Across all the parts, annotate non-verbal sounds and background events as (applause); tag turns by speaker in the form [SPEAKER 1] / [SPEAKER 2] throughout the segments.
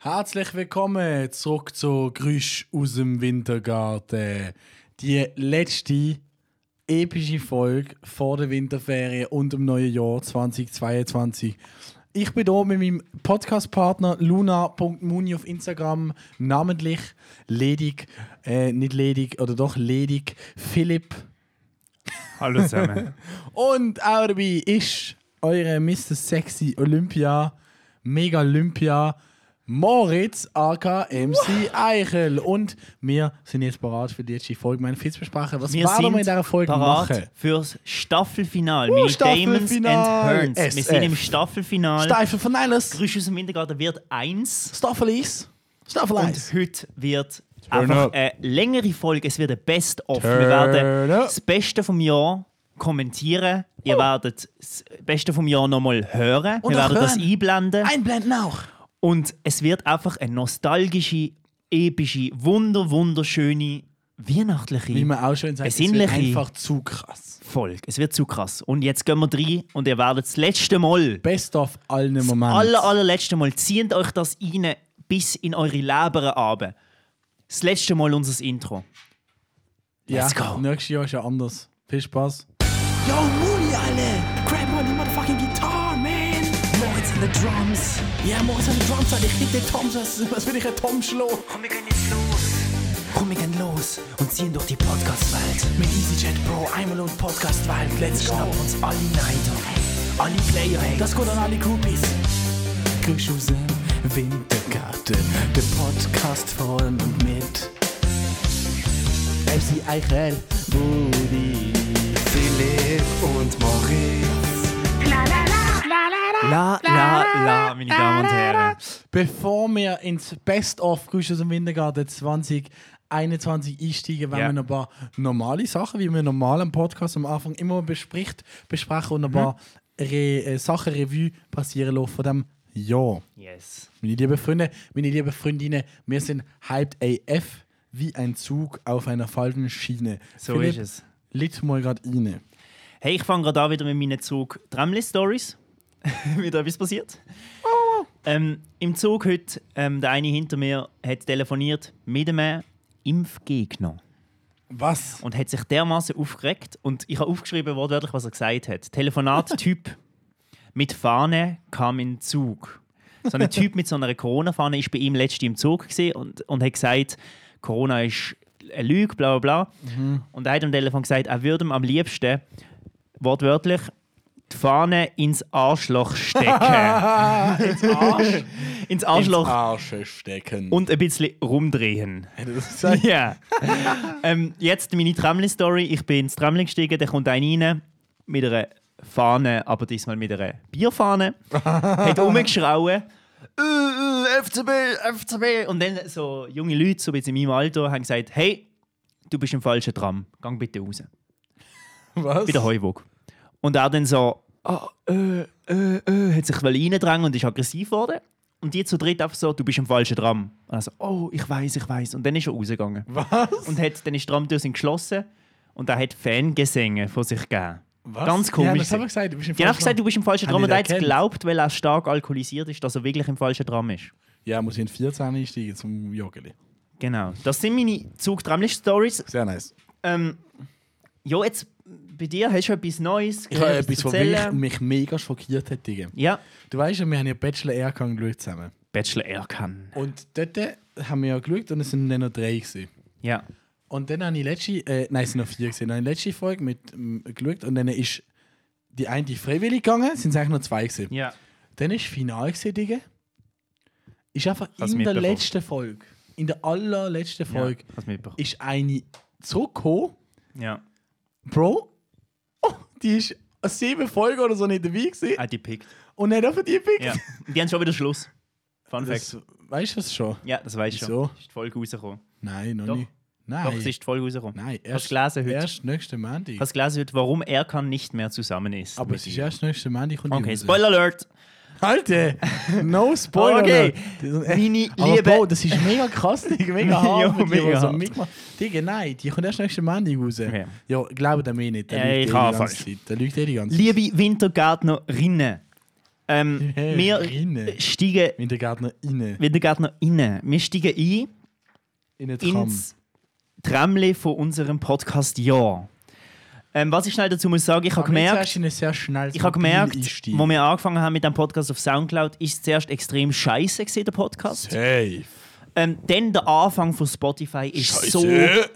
[SPEAKER 1] Herzlich willkommen zurück zu Grüsch aus dem Wintergarten. Die letzte epische Folge vor der Winterferien und dem neuen Jahr 2022. Ich bin hier mit meinem Podcast-Partner luna.muni auf Instagram, namentlich ledig, äh, nicht ledig oder doch ledig, Philipp.
[SPEAKER 2] Hallo
[SPEAKER 1] (laughs)
[SPEAKER 2] zusammen.
[SPEAKER 1] Und auch dabei ist eure Mr. Sexy Olympia, Mega Olympia, Moritz aka MC Eichel. Und wir sind jetzt bereit für die erste Folge. Meine Fitzbesprache, was
[SPEAKER 3] Wir
[SPEAKER 1] werden
[SPEAKER 3] sind
[SPEAKER 1] wir in dieser Folge
[SPEAKER 3] parat
[SPEAKER 1] machen?
[SPEAKER 3] fürs Staffelfinal.
[SPEAKER 1] Uh,
[SPEAKER 3] Uh, Damons and
[SPEAKER 1] Staffelfinal.
[SPEAKER 3] Hearns. Wir
[SPEAKER 1] SF.
[SPEAKER 3] sind im Staffelfinal.
[SPEAKER 1] Steifel von Nylus,
[SPEAKER 3] Grüß aus dem Wintergarten wird eins.
[SPEAKER 1] Staffel 1, Staffel
[SPEAKER 3] Und
[SPEAKER 1] 1.
[SPEAKER 3] heute wird
[SPEAKER 2] Turn
[SPEAKER 3] einfach
[SPEAKER 2] up.
[SPEAKER 3] eine längere Folge. Es wird ein Best-of. Wir
[SPEAKER 1] Turn
[SPEAKER 3] werden
[SPEAKER 1] up.
[SPEAKER 3] das Beste vom Jahr kommentieren. Ihr werdet das Beste vom Jahr nochmal hören.
[SPEAKER 1] Oh. Und
[SPEAKER 3] Wir
[SPEAKER 1] auch
[SPEAKER 3] werden das
[SPEAKER 1] hören.
[SPEAKER 3] einblenden.
[SPEAKER 1] Einblenden auch.
[SPEAKER 3] Und es wird einfach eine nostalgische, epische, wunder, wunderschöne, weihnachtliche
[SPEAKER 1] Wie man auch schön sagt,
[SPEAKER 3] Es
[SPEAKER 1] es wird
[SPEAKER 3] sinnliche-
[SPEAKER 1] einfach zu krass.
[SPEAKER 3] Folge. Es wird zu krass. Und jetzt gehen wir rein und ihr werdet das letzte Mal,
[SPEAKER 1] Best of allen Momenten.
[SPEAKER 3] aller, allerletzte Mal, zieht euch das rein bis in eure Leberen runter. Das letzte Mal unser Intro.
[SPEAKER 1] ja,
[SPEAKER 3] Let's go.
[SPEAKER 1] Nächstes Jahr ist ja anders. Viel Spaß.
[SPEAKER 4] Yo, Mooney, alle! Grab on die motherfucking guitar, man! Moritz an the drums! Ja, Moritz an the drums, Alter, ich krieg den Tom, was, was will ich ein Tom schlagen? Komm, wir gehen jetzt los! Komm, wir gehen los und ziehen durch die Podcast-Welt. Mit EasyJet Pro, einmal und Podcast-Welt, let's go! Schnappen uns alle Neider, alle Player, hey! Das geht an alle Groupies! Grüß aus dem Wintergarten, der Podcast von und mit
[SPEAKER 1] MC Eichel,
[SPEAKER 4] Philipp und Moritz.
[SPEAKER 3] La, la, la, meine Damen und Herren.
[SPEAKER 1] Bevor wir ins Best of Grüße aus dem Wintergarten 2021 einsteigen, werden
[SPEAKER 3] Ja.
[SPEAKER 1] wir noch ein paar normale Sachen, wie man normal im Podcast am Anfang immer bespricht, besprechen und ein paar Re äh, Sachen Revue passieren lassen von dem Jahr.
[SPEAKER 3] Yes.
[SPEAKER 1] Meine lieben Freunde, meine lieben Freundinnen, wir sind hyped AF wie ein Zug auf einer fallenden Schiene.
[SPEAKER 3] So ist es.
[SPEAKER 1] Litt mal gerade rein.
[SPEAKER 3] Hey, ich fange gerade an wieder mit meinen Zug Tramley Stories. (laughs) wieder etwas passiert. Ähm, Im Zug heute, ähm, der eine hinter mir hat telefoniert mit einem Impfgegner.
[SPEAKER 1] Was?
[SPEAKER 3] und hat sich dermaßen aufgeregt und ich habe aufgeschrieben wortwörtlich, was er gesagt hat. Telefonat-Typ mit Fahne kam in Zug. So ein Typ mit so einer Corona-Fahne ist bei ihm letztens im Zug gewesen und, und hat gesagt, Corona ist eine Lüge, bla bla bla. Und er hat am Telefon gesagt, er würde ihm am liebsten wortwörtlich die Fahne ins Arschloch stecken. (laughs) ins Arschloch
[SPEAKER 1] Arsche stecken.
[SPEAKER 3] und ein bisschen rumdrehen.
[SPEAKER 1] Hätte das gesagt?
[SPEAKER 3] (laughs) Ja. ähm, jetzt meine Tramli-Story. Ich bin ins Tramli gestiegen, da kommt einer rein mit einer Fahne, aber diesmal mit einer Bierfahne. hat rumgeschrauen. «Äh, äh, FCB, FCB. Und dann so junge Leute, so ein bisschen in meinem Alter, haben gesagt: Hey, du bist im falschen Tram, gang bitte raus.
[SPEAKER 1] Was?
[SPEAKER 3] Bei der Heuwog. Und er dann so: «Ah, äh, äh, äh, hat sich wollte reindrängen und ist aggressiv geworden. Und die zu dritt einfach so: Du bist im falschen Tram. Und er so: Oh, ich weiß, ich weiß. Und dann ist er rausgegangen
[SPEAKER 1] Was?
[SPEAKER 3] und hat, dann ist die Tramtür sind geschlossen und er hat Fangesänge von sich gegeben.
[SPEAKER 1] Was?
[SPEAKER 3] Ganz komisch.
[SPEAKER 1] Ja, das haben wir gesagt. Du bist im
[SPEAKER 3] Die haben
[SPEAKER 1] falschen
[SPEAKER 3] einfach gesagt, du bist im falschen
[SPEAKER 1] Haben
[SPEAKER 3] Tram
[SPEAKER 1] die
[SPEAKER 3] und er
[SPEAKER 1] den
[SPEAKER 3] hat es
[SPEAKER 1] erkannt?
[SPEAKER 3] geglaubt, weil er stark alkoholisiert ist, dass er wirklich im falschen Tram ist.
[SPEAKER 1] Ja, muss ich in 14 einsteigen zum Joggeli.
[SPEAKER 3] Genau. Das sind meine zug stories
[SPEAKER 1] Sehr nice.
[SPEAKER 3] ähm, Jo, jetzt bei dir hast du etwas Neues.
[SPEAKER 1] Ich habe
[SPEAKER 3] gehört,
[SPEAKER 1] etwas,
[SPEAKER 3] zu
[SPEAKER 1] was
[SPEAKER 3] erzählen?
[SPEAKER 1] wirklich mich mega schockiert hat. Digga.
[SPEAKER 3] Ja.
[SPEAKER 1] Du weißt ja, wir haben ja Bachelor Airgang geschaut zusammen.
[SPEAKER 3] Bachelor Erkan.
[SPEAKER 1] Und dort äh, haben wir ja geschaut und es sind dann noch drei. Gewesen.
[SPEAKER 3] Ja.
[SPEAKER 1] Und dann habe ich letzte, äh, nein, es sind noch vier gewesen. Dann habe ich letzte Folge mit ähm, geschaut und dann ist die eine freiwillig gegangen, sind es eigentlich noch zwei gewesen.
[SPEAKER 3] Ja.
[SPEAKER 1] Dann ist Final gewesen, Digga. Ist einfach
[SPEAKER 3] Hast
[SPEAKER 1] in der
[SPEAKER 3] mitbekommen.
[SPEAKER 1] letzten Folge, in der allerletzten Folge,
[SPEAKER 3] Ja. Hast du mitbekommen.
[SPEAKER 1] ist eine zurückgekommen.
[SPEAKER 3] Ja.
[SPEAKER 1] Bro, oh, die ist sieben Folgen oder so nicht dabei gewesen
[SPEAKER 3] Ah, die pickt.
[SPEAKER 1] und nicht auf die Pick.
[SPEAKER 3] Ja. die haben schon wieder Schluss. Fun Fact.
[SPEAKER 1] Das, weißt du das schon?
[SPEAKER 3] Ja, das weißt du
[SPEAKER 1] Wieso?
[SPEAKER 3] schon. Ist die Folge rausgekommen.
[SPEAKER 1] Nein, noch
[SPEAKER 3] Doch.
[SPEAKER 1] nicht. Nein,
[SPEAKER 3] Doch, es ist die Folge rausgekommen.
[SPEAKER 1] nein,
[SPEAKER 3] Hast
[SPEAKER 1] erst,
[SPEAKER 3] du gelesen heute?
[SPEAKER 1] erst nächsten Montag.
[SPEAKER 3] Hast du gelesen heute, warum Erkan nicht mehr zusammen ist?
[SPEAKER 1] Aber
[SPEAKER 3] mit
[SPEAKER 1] es ist
[SPEAKER 3] ihm?
[SPEAKER 1] erst nächsten Montag und die
[SPEAKER 3] Okay,
[SPEAKER 1] raus. (laughs)
[SPEAKER 3] Spoiler Alert!
[SPEAKER 1] Alter,
[SPEAKER 3] (laughs)
[SPEAKER 1] no Spoiler.
[SPEAKER 3] Okay.
[SPEAKER 1] Das sind echt-
[SPEAKER 3] Meine
[SPEAKER 1] Aber
[SPEAKER 3] Liebe-
[SPEAKER 1] Bro, das ist mega
[SPEAKER 3] (laughs)
[SPEAKER 1] krass, Digga, mega
[SPEAKER 3] Jo,
[SPEAKER 1] hart. mit dir,
[SPEAKER 3] mega
[SPEAKER 1] also
[SPEAKER 3] hart.
[SPEAKER 1] mitmachen. Digga, nein, die kommt erst nächsten Montag raus.
[SPEAKER 3] Okay.
[SPEAKER 1] Ja, glaubt mir nicht, der
[SPEAKER 3] Ja,
[SPEAKER 1] lügt eh
[SPEAKER 3] ich
[SPEAKER 1] die
[SPEAKER 3] kann
[SPEAKER 1] ganze
[SPEAKER 3] falsch.
[SPEAKER 1] Zeit. Der lügt eh die ganze Zeit.
[SPEAKER 3] Liebe Wintergärtnerinnen, Ähm,
[SPEAKER 1] (laughs) Hey,
[SPEAKER 3] wir
[SPEAKER 1] innen.
[SPEAKER 3] steigen
[SPEAKER 1] Wintergärtner innen.
[SPEAKER 3] Wintergärtner innen. Wir steigen ein
[SPEAKER 1] In den Tram.
[SPEAKER 3] ins Tramle von unserem Podcast Jahr. Ähm, was ich schnell dazu muss sagen, ich habe gemerkt, ich habe gemerkt, wo wir angefangen haben mit dem Podcast auf Soundcloud, ist es zuerst extrem scheiße gewesen, der Podcast.
[SPEAKER 1] Safe.
[SPEAKER 3] Ähm, dann der Anfang von Spotify ist
[SPEAKER 1] Scheisse.
[SPEAKER 3] so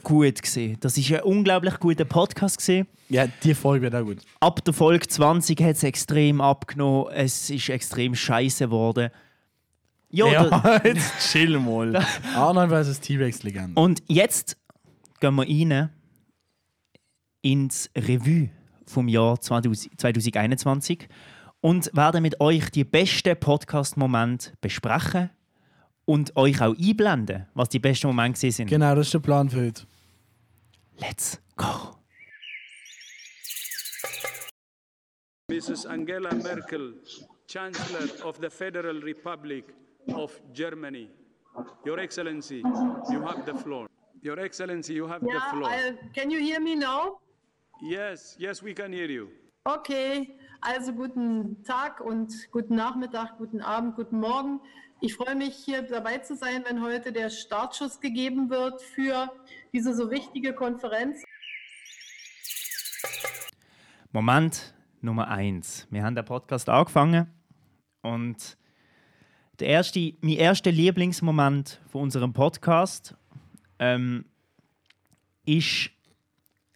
[SPEAKER 3] gut gewesen. Das ist ein unglaublich guter Podcast gewesen.
[SPEAKER 1] Ja, die Folge wird auch gut.
[SPEAKER 3] Ab der Folge 20 hat es extrem abgenommen. Es ist extrem scheiße geworden. Ja, da-
[SPEAKER 1] (laughs) jetzt chill mal. Arnold vs. T-Rex-Legende.
[SPEAKER 3] Und jetzt gehen wir rein ins Revue vom Jahr 2000 2021 und werden mit euch die besten Podcast-Momente besprechen und euch auch einblenden, was die besten Momente gewesen sind.
[SPEAKER 1] Genau, das ist der Plan für heute.
[SPEAKER 3] Let's go!
[SPEAKER 5] Mrs. Angela Merkel, Chancellor of the Federal Republic of Germany. Your Excellency, you have the floor. Your Excellency, you have the
[SPEAKER 6] Yeah,
[SPEAKER 5] floor.
[SPEAKER 6] I, also, can you hear me now?
[SPEAKER 5] Yes, yes, we can hear you.
[SPEAKER 6] Okay, also guten Tag und guten Nachmittag, guten Abend, guten Morgen. Ich freue mich, hier dabei zu sein, wenn heute der Startschuss gegeben wird für diese so wichtige Konferenz.
[SPEAKER 3] Moment Nummer eins. Wir haben den Podcast angefangen und der erste, mein erster Lieblingsmoment von unserem Podcast ähm, ist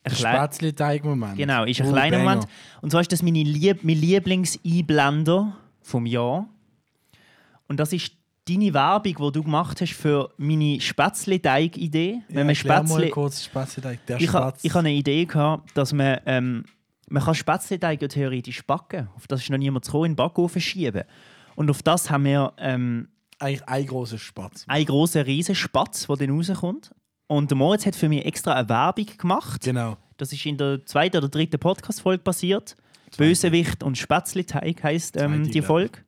[SPEAKER 3] ein kleiner-
[SPEAKER 1] Spätzle-Teig-Moment.
[SPEAKER 3] Genau, ist ein
[SPEAKER 1] Oh,
[SPEAKER 3] kleiner
[SPEAKER 1] Banger.
[SPEAKER 3] Moment. Und zwar ist das meine Lieb mein Lieblingseinblender vom Jahr. Und das ist deine Werbung, die du gemacht hast für meine Spätzle-Teig-Idee.
[SPEAKER 1] Ja,
[SPEAKER 3] Wenn man
[SPEAKER 1] erklär mal
[SPEAKER 3] Spätzle
[SPEAKER 1] kurz Spätzle-Teig. Der
[SPEAKER 3] ich habe
[SPEAKER 1] Spätzle.
[SPEAKER 3] ich ha eine Idee gehabt, dass man, ähm, man kann Spätzleteig ja theoretisch backen. Auf das ist noch niemand zu kommen, in den Backofen schieben. Und auf das haben wir ähm,
[SPEAKER 1] Eigentlich ein großer Spatz.
[SPEAKER 3] einen grossen riesen Spatz, der dann rauskommt. Und der Moritz hat für mich extra eine Werbung gemacht.
[SPEAKER 1] Genau.
[SPEAKER 3] Das ist in der zweiten oder dritten Podcast-Folge passiert. Bösewicht und Spätzleteig heisst ähm,
[SPEAKER 1] Zweite,
[SPEAKER 3] die
[SPEAKER 1] glaub ich.
[SPEAKER 3] Folge.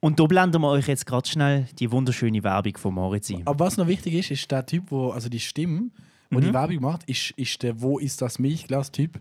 [SPEAKER 3] Und da blenden wir euch jetzt gerade schnell die wunderschöne Werbung von Moritz ein.
[SPEAKER 1] Aber was noch wichtig ist, ist der Typ, wo, also die Stimme, wo
[SPEAKER 3] Mhm.
[SPEAKER 1] die Werbung macht, ist, ist der Wo ist das Milchglas-Typ.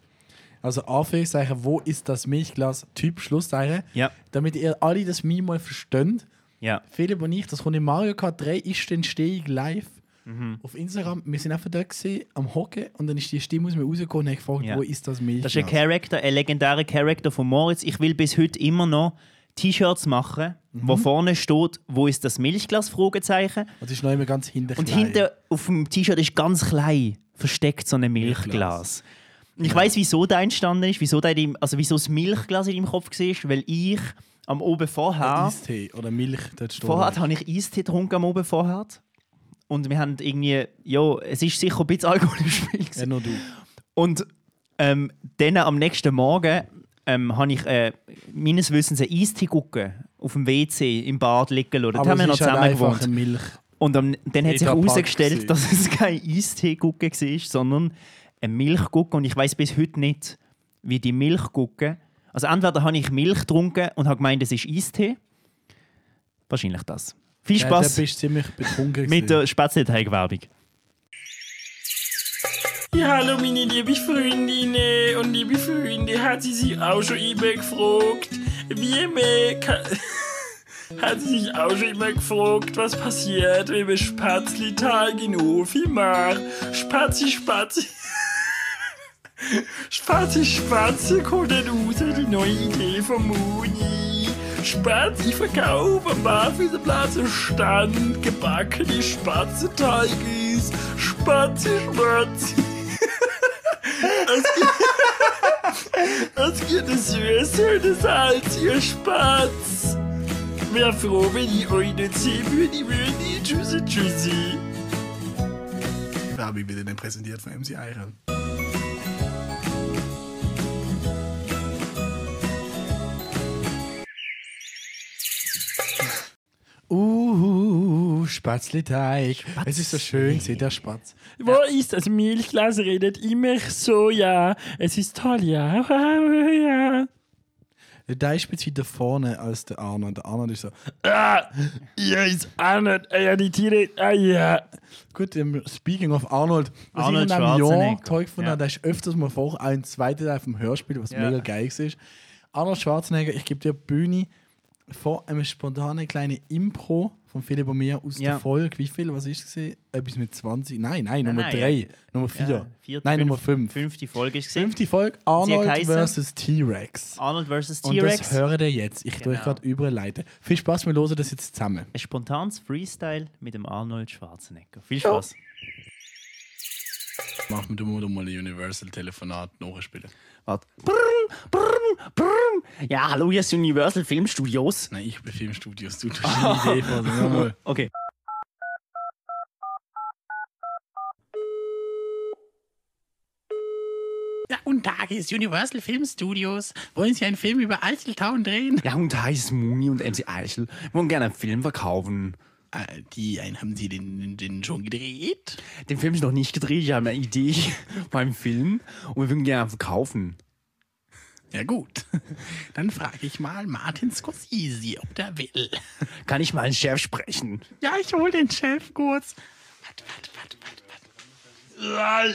[SPEAKER 1] Also Anführungszeichen, wo ist das Milchglas-Typ, Schlusszeichen.
[SPEAKER 3] Ja.
[SPEAKER 1] Damit ihr alle das Meme mal versteht.
[SPEAKER 3] Ja.
[SPEAKER 1] Philipp und ich, das kommt in Mario Kart 3, ist die Entstehung live.
[SPEAKER 3] Mhm.
[SPEAKER 1] Auf Instagram, wir sind einfach da gewesen, am Hocken und dann ist die Stimme aus mir rausgekommen und hat gefragt,
[SPEAKER 3] Ja.
[SPEAKER 1] wo ist das Milchglas?
[SPEAKER 3] Das ist ein Charakter, ein legendärer Charakter von Moritz. Ich will bis heute immer noch T-Shirts machen, wo vorne steht, wo ist das Milchglas? Fragezeichen.
[SPEAKER 1] und das ist noch immer ganz hinter
[SPEAKER 3] Und
[SPEAKER 1] klein.
[SPEAKER 3] hinter auf dem T-Shirt ist ganz klein versteckt so ein Milchglas. Genau. Und Ich weiß, wieso der entstanden ist, wieso, der im, also wieso das Milchglas in deinem Kopf war, weil ich am oben vorher,
[SPEAKER 1] Eistee oder Milch, dort steht
[SPEAKER 3] vorher habe ich Eistee getrunken am oben vorher. Und wir haben irgendwie, ja, es ist sicher ein bisschen Alkohol im Spiel. gewesen.
[SPEAKER 1] Ja, nur du.
[SPEAKER 3] Und ähm, dann am nächsten Morgen ähm, habe ich äh, meines Wissens einen Eistee gucken auf dem WC im Bad liegen oder
[SPEAKER 1] Aber
[SPEAKER 3] da haben wir noch
[SPEAKER 1] es ist halt
[SPEAKER 3] zusammen
[SPEAKER 1] einfach eine
[SPEAKER 3] gewohnt.
[SPEAKER 1] Milch.
[SPEAKER 3] Und am, dann hat sich
[SPEAKER 1] Tetra Pak
[SPEAKER 3] herausgestellt,
[SPEAKER 1] gewesen.
[SPEAKER 3] dass es kein Eistee gucken war, sondern ein Milchgucke. Und ich weiß bis heute nicht, wie die Milch gucken. Also entweder habe ich Milch getrunken und habe gemeint, es ist Eistee. Wahrscheinlich das. Viel
[SPEAKER 1] Ja, der
[SPEAKER 3] Spaß
[SPEAKER 1] bist ziemlich betrunken.
[SPEAKER 3] mit
[SPEAKER 1] gewesen.
[SPEAKER 3] der Spätzleteig-Werbung.
[SPEAKER 7] Ja, hallo meine liebe Freundinnen und liebe Freunde, hat sie sich auch schon immer gefragt, wie man... ka- (laughs) hat sie sich auch schon immer gefragt, was passiert, wenn man Spatzli-Tag in den Ofen macht. Spatzi, Spatzi... (laughs) Spatzi, Spatzi kommt dann raus, die neue Idee von Moni. Spatzi verkauft am Barfüßerplatz einen Stand gebackene Spatzeteiges. Spatzi, Spatzi. Es gibt ein Süße und ein salzige Spatz. Wär froh, wenn ich euch nicht sehen würde, würde ich tschüssi, tschüssi.
[SPEAKER 8] Werbung wird Ihnen präsentiert von MC Eichel.
[SPEAKER 1] Uh, Spätzleteig. Es ist so schön, seht der Spatz.
[SPEAKER 7] Wo ist das Milchglas? Redet immer so, ja. Es ist toll, ja. ja.
[SPEAKER 1] Der Deich ist weiter vorne als der Arnold. Der Arnold ist so,
[SPEAKER 7] Ah, ja, ist Arnold. Ah, ja, die Tiere. Ah, ja.
[SPEAKER 1] gut, ähm, speaking of Arnold. Was
[SPEAKER 3] Arnold
[SPEAKER 1] ich in einem Jahr
[SPEAKER 3] Schwarzenegger.
[SPEAKER 1] toll gefunden
[SPEAKER 3] Ja.
[SPEAKER 1] habe, der ist öfters mal vor, auch im zweiten Teil vom Hörspiel, was
[SPEAKER 3] Ja.
[SPEAKER 1] mega geil war. Arnold Schwarzenegger, ich gebe dir Bühne, vor einem spontanen kleinen Impro von Philipp und mir aus
[SPEAKER 3] Ja.
[SPEAKER 1] der Folge. Wie viel? Was ist es? gewesen? Etwas mit 20? Nein, nein,
[SPEAKER 3] Nein,
[SPEAKER 1] Nummer
[SPEAKER 3] nein,
[SPEAKER 1] 3.
[SPEAKER 3] ja.
[SPEAKER 1] Nummer 4.
[SPEAKER 3] Ja, vierte,
[SPEAKER 1] nein,
[SPEAKER 3] fünf-
[SPEAKER 1] Nummer 5.
[SPEAKER 3] Fünfte Folge ist gesehen.
[SPEAKER 1] Fünfte Folge:
[SPEAKER 3] geheißen?
[SPEAKER 1] Arnold vs. T-Rex.
[SPEAKER 3] Arnold vs.
[SPEAKER 1] Und das
[SPEAKER 3] T-Rex.
[SPEAKER 1] hören ihr jetzt. Ich tue euch
[SPEAKER 3] Genau.
[SPEAKER 1] gerade überleiten. Viel Spaß, wir hören das jetzt zusammen.
[SPEAKER 3] Ein spontanes Freestyle mit dem Arnold Schwarzenegger. Viel Spaß.
[SPEAKER 8] Machen wir doch mal ein Universal-Telefonat nachspielen.
[SPEAKER 3] Warte. Brrm, brrm, brrm. Ja, hallo, hier ist Universal Film Studios.
[SPEAKER 8] Nein, ich bin Filmstudios. Du tust eine Idee von mir. Nochmal.
[SPEAKER 3] Okay.
[SPEAKER 9] Ja, und Tag ist Universal Film Studios. Wollen Sie einen Film über Eicheltown drehen?
[SPEAKER 10] Ja, und da ist Muni und MC Eichel. Wollen gerne einen Film verkaufen.
[SPEAKER 8] Äh, die einen haben sie den, den schon gedreht?
[SPEAKER 10] Den Film ist noch nicht gedreht. Ich habe eine Idee (laughs) beim Film und wir würden gerne verkaufen.
[SPEAKER 8] Ja, gut. (laughs) Dann frage ich mal Martin Scorsese, ob der will.
[SPEAKER 10] (laughs) Kann ich mal einen Chef sprechen?
[SPEAKER 8] Ja, ich hol den Chef kurz. Warte, warte, warte, warte, warte.
[SPEAKER 7] Hi,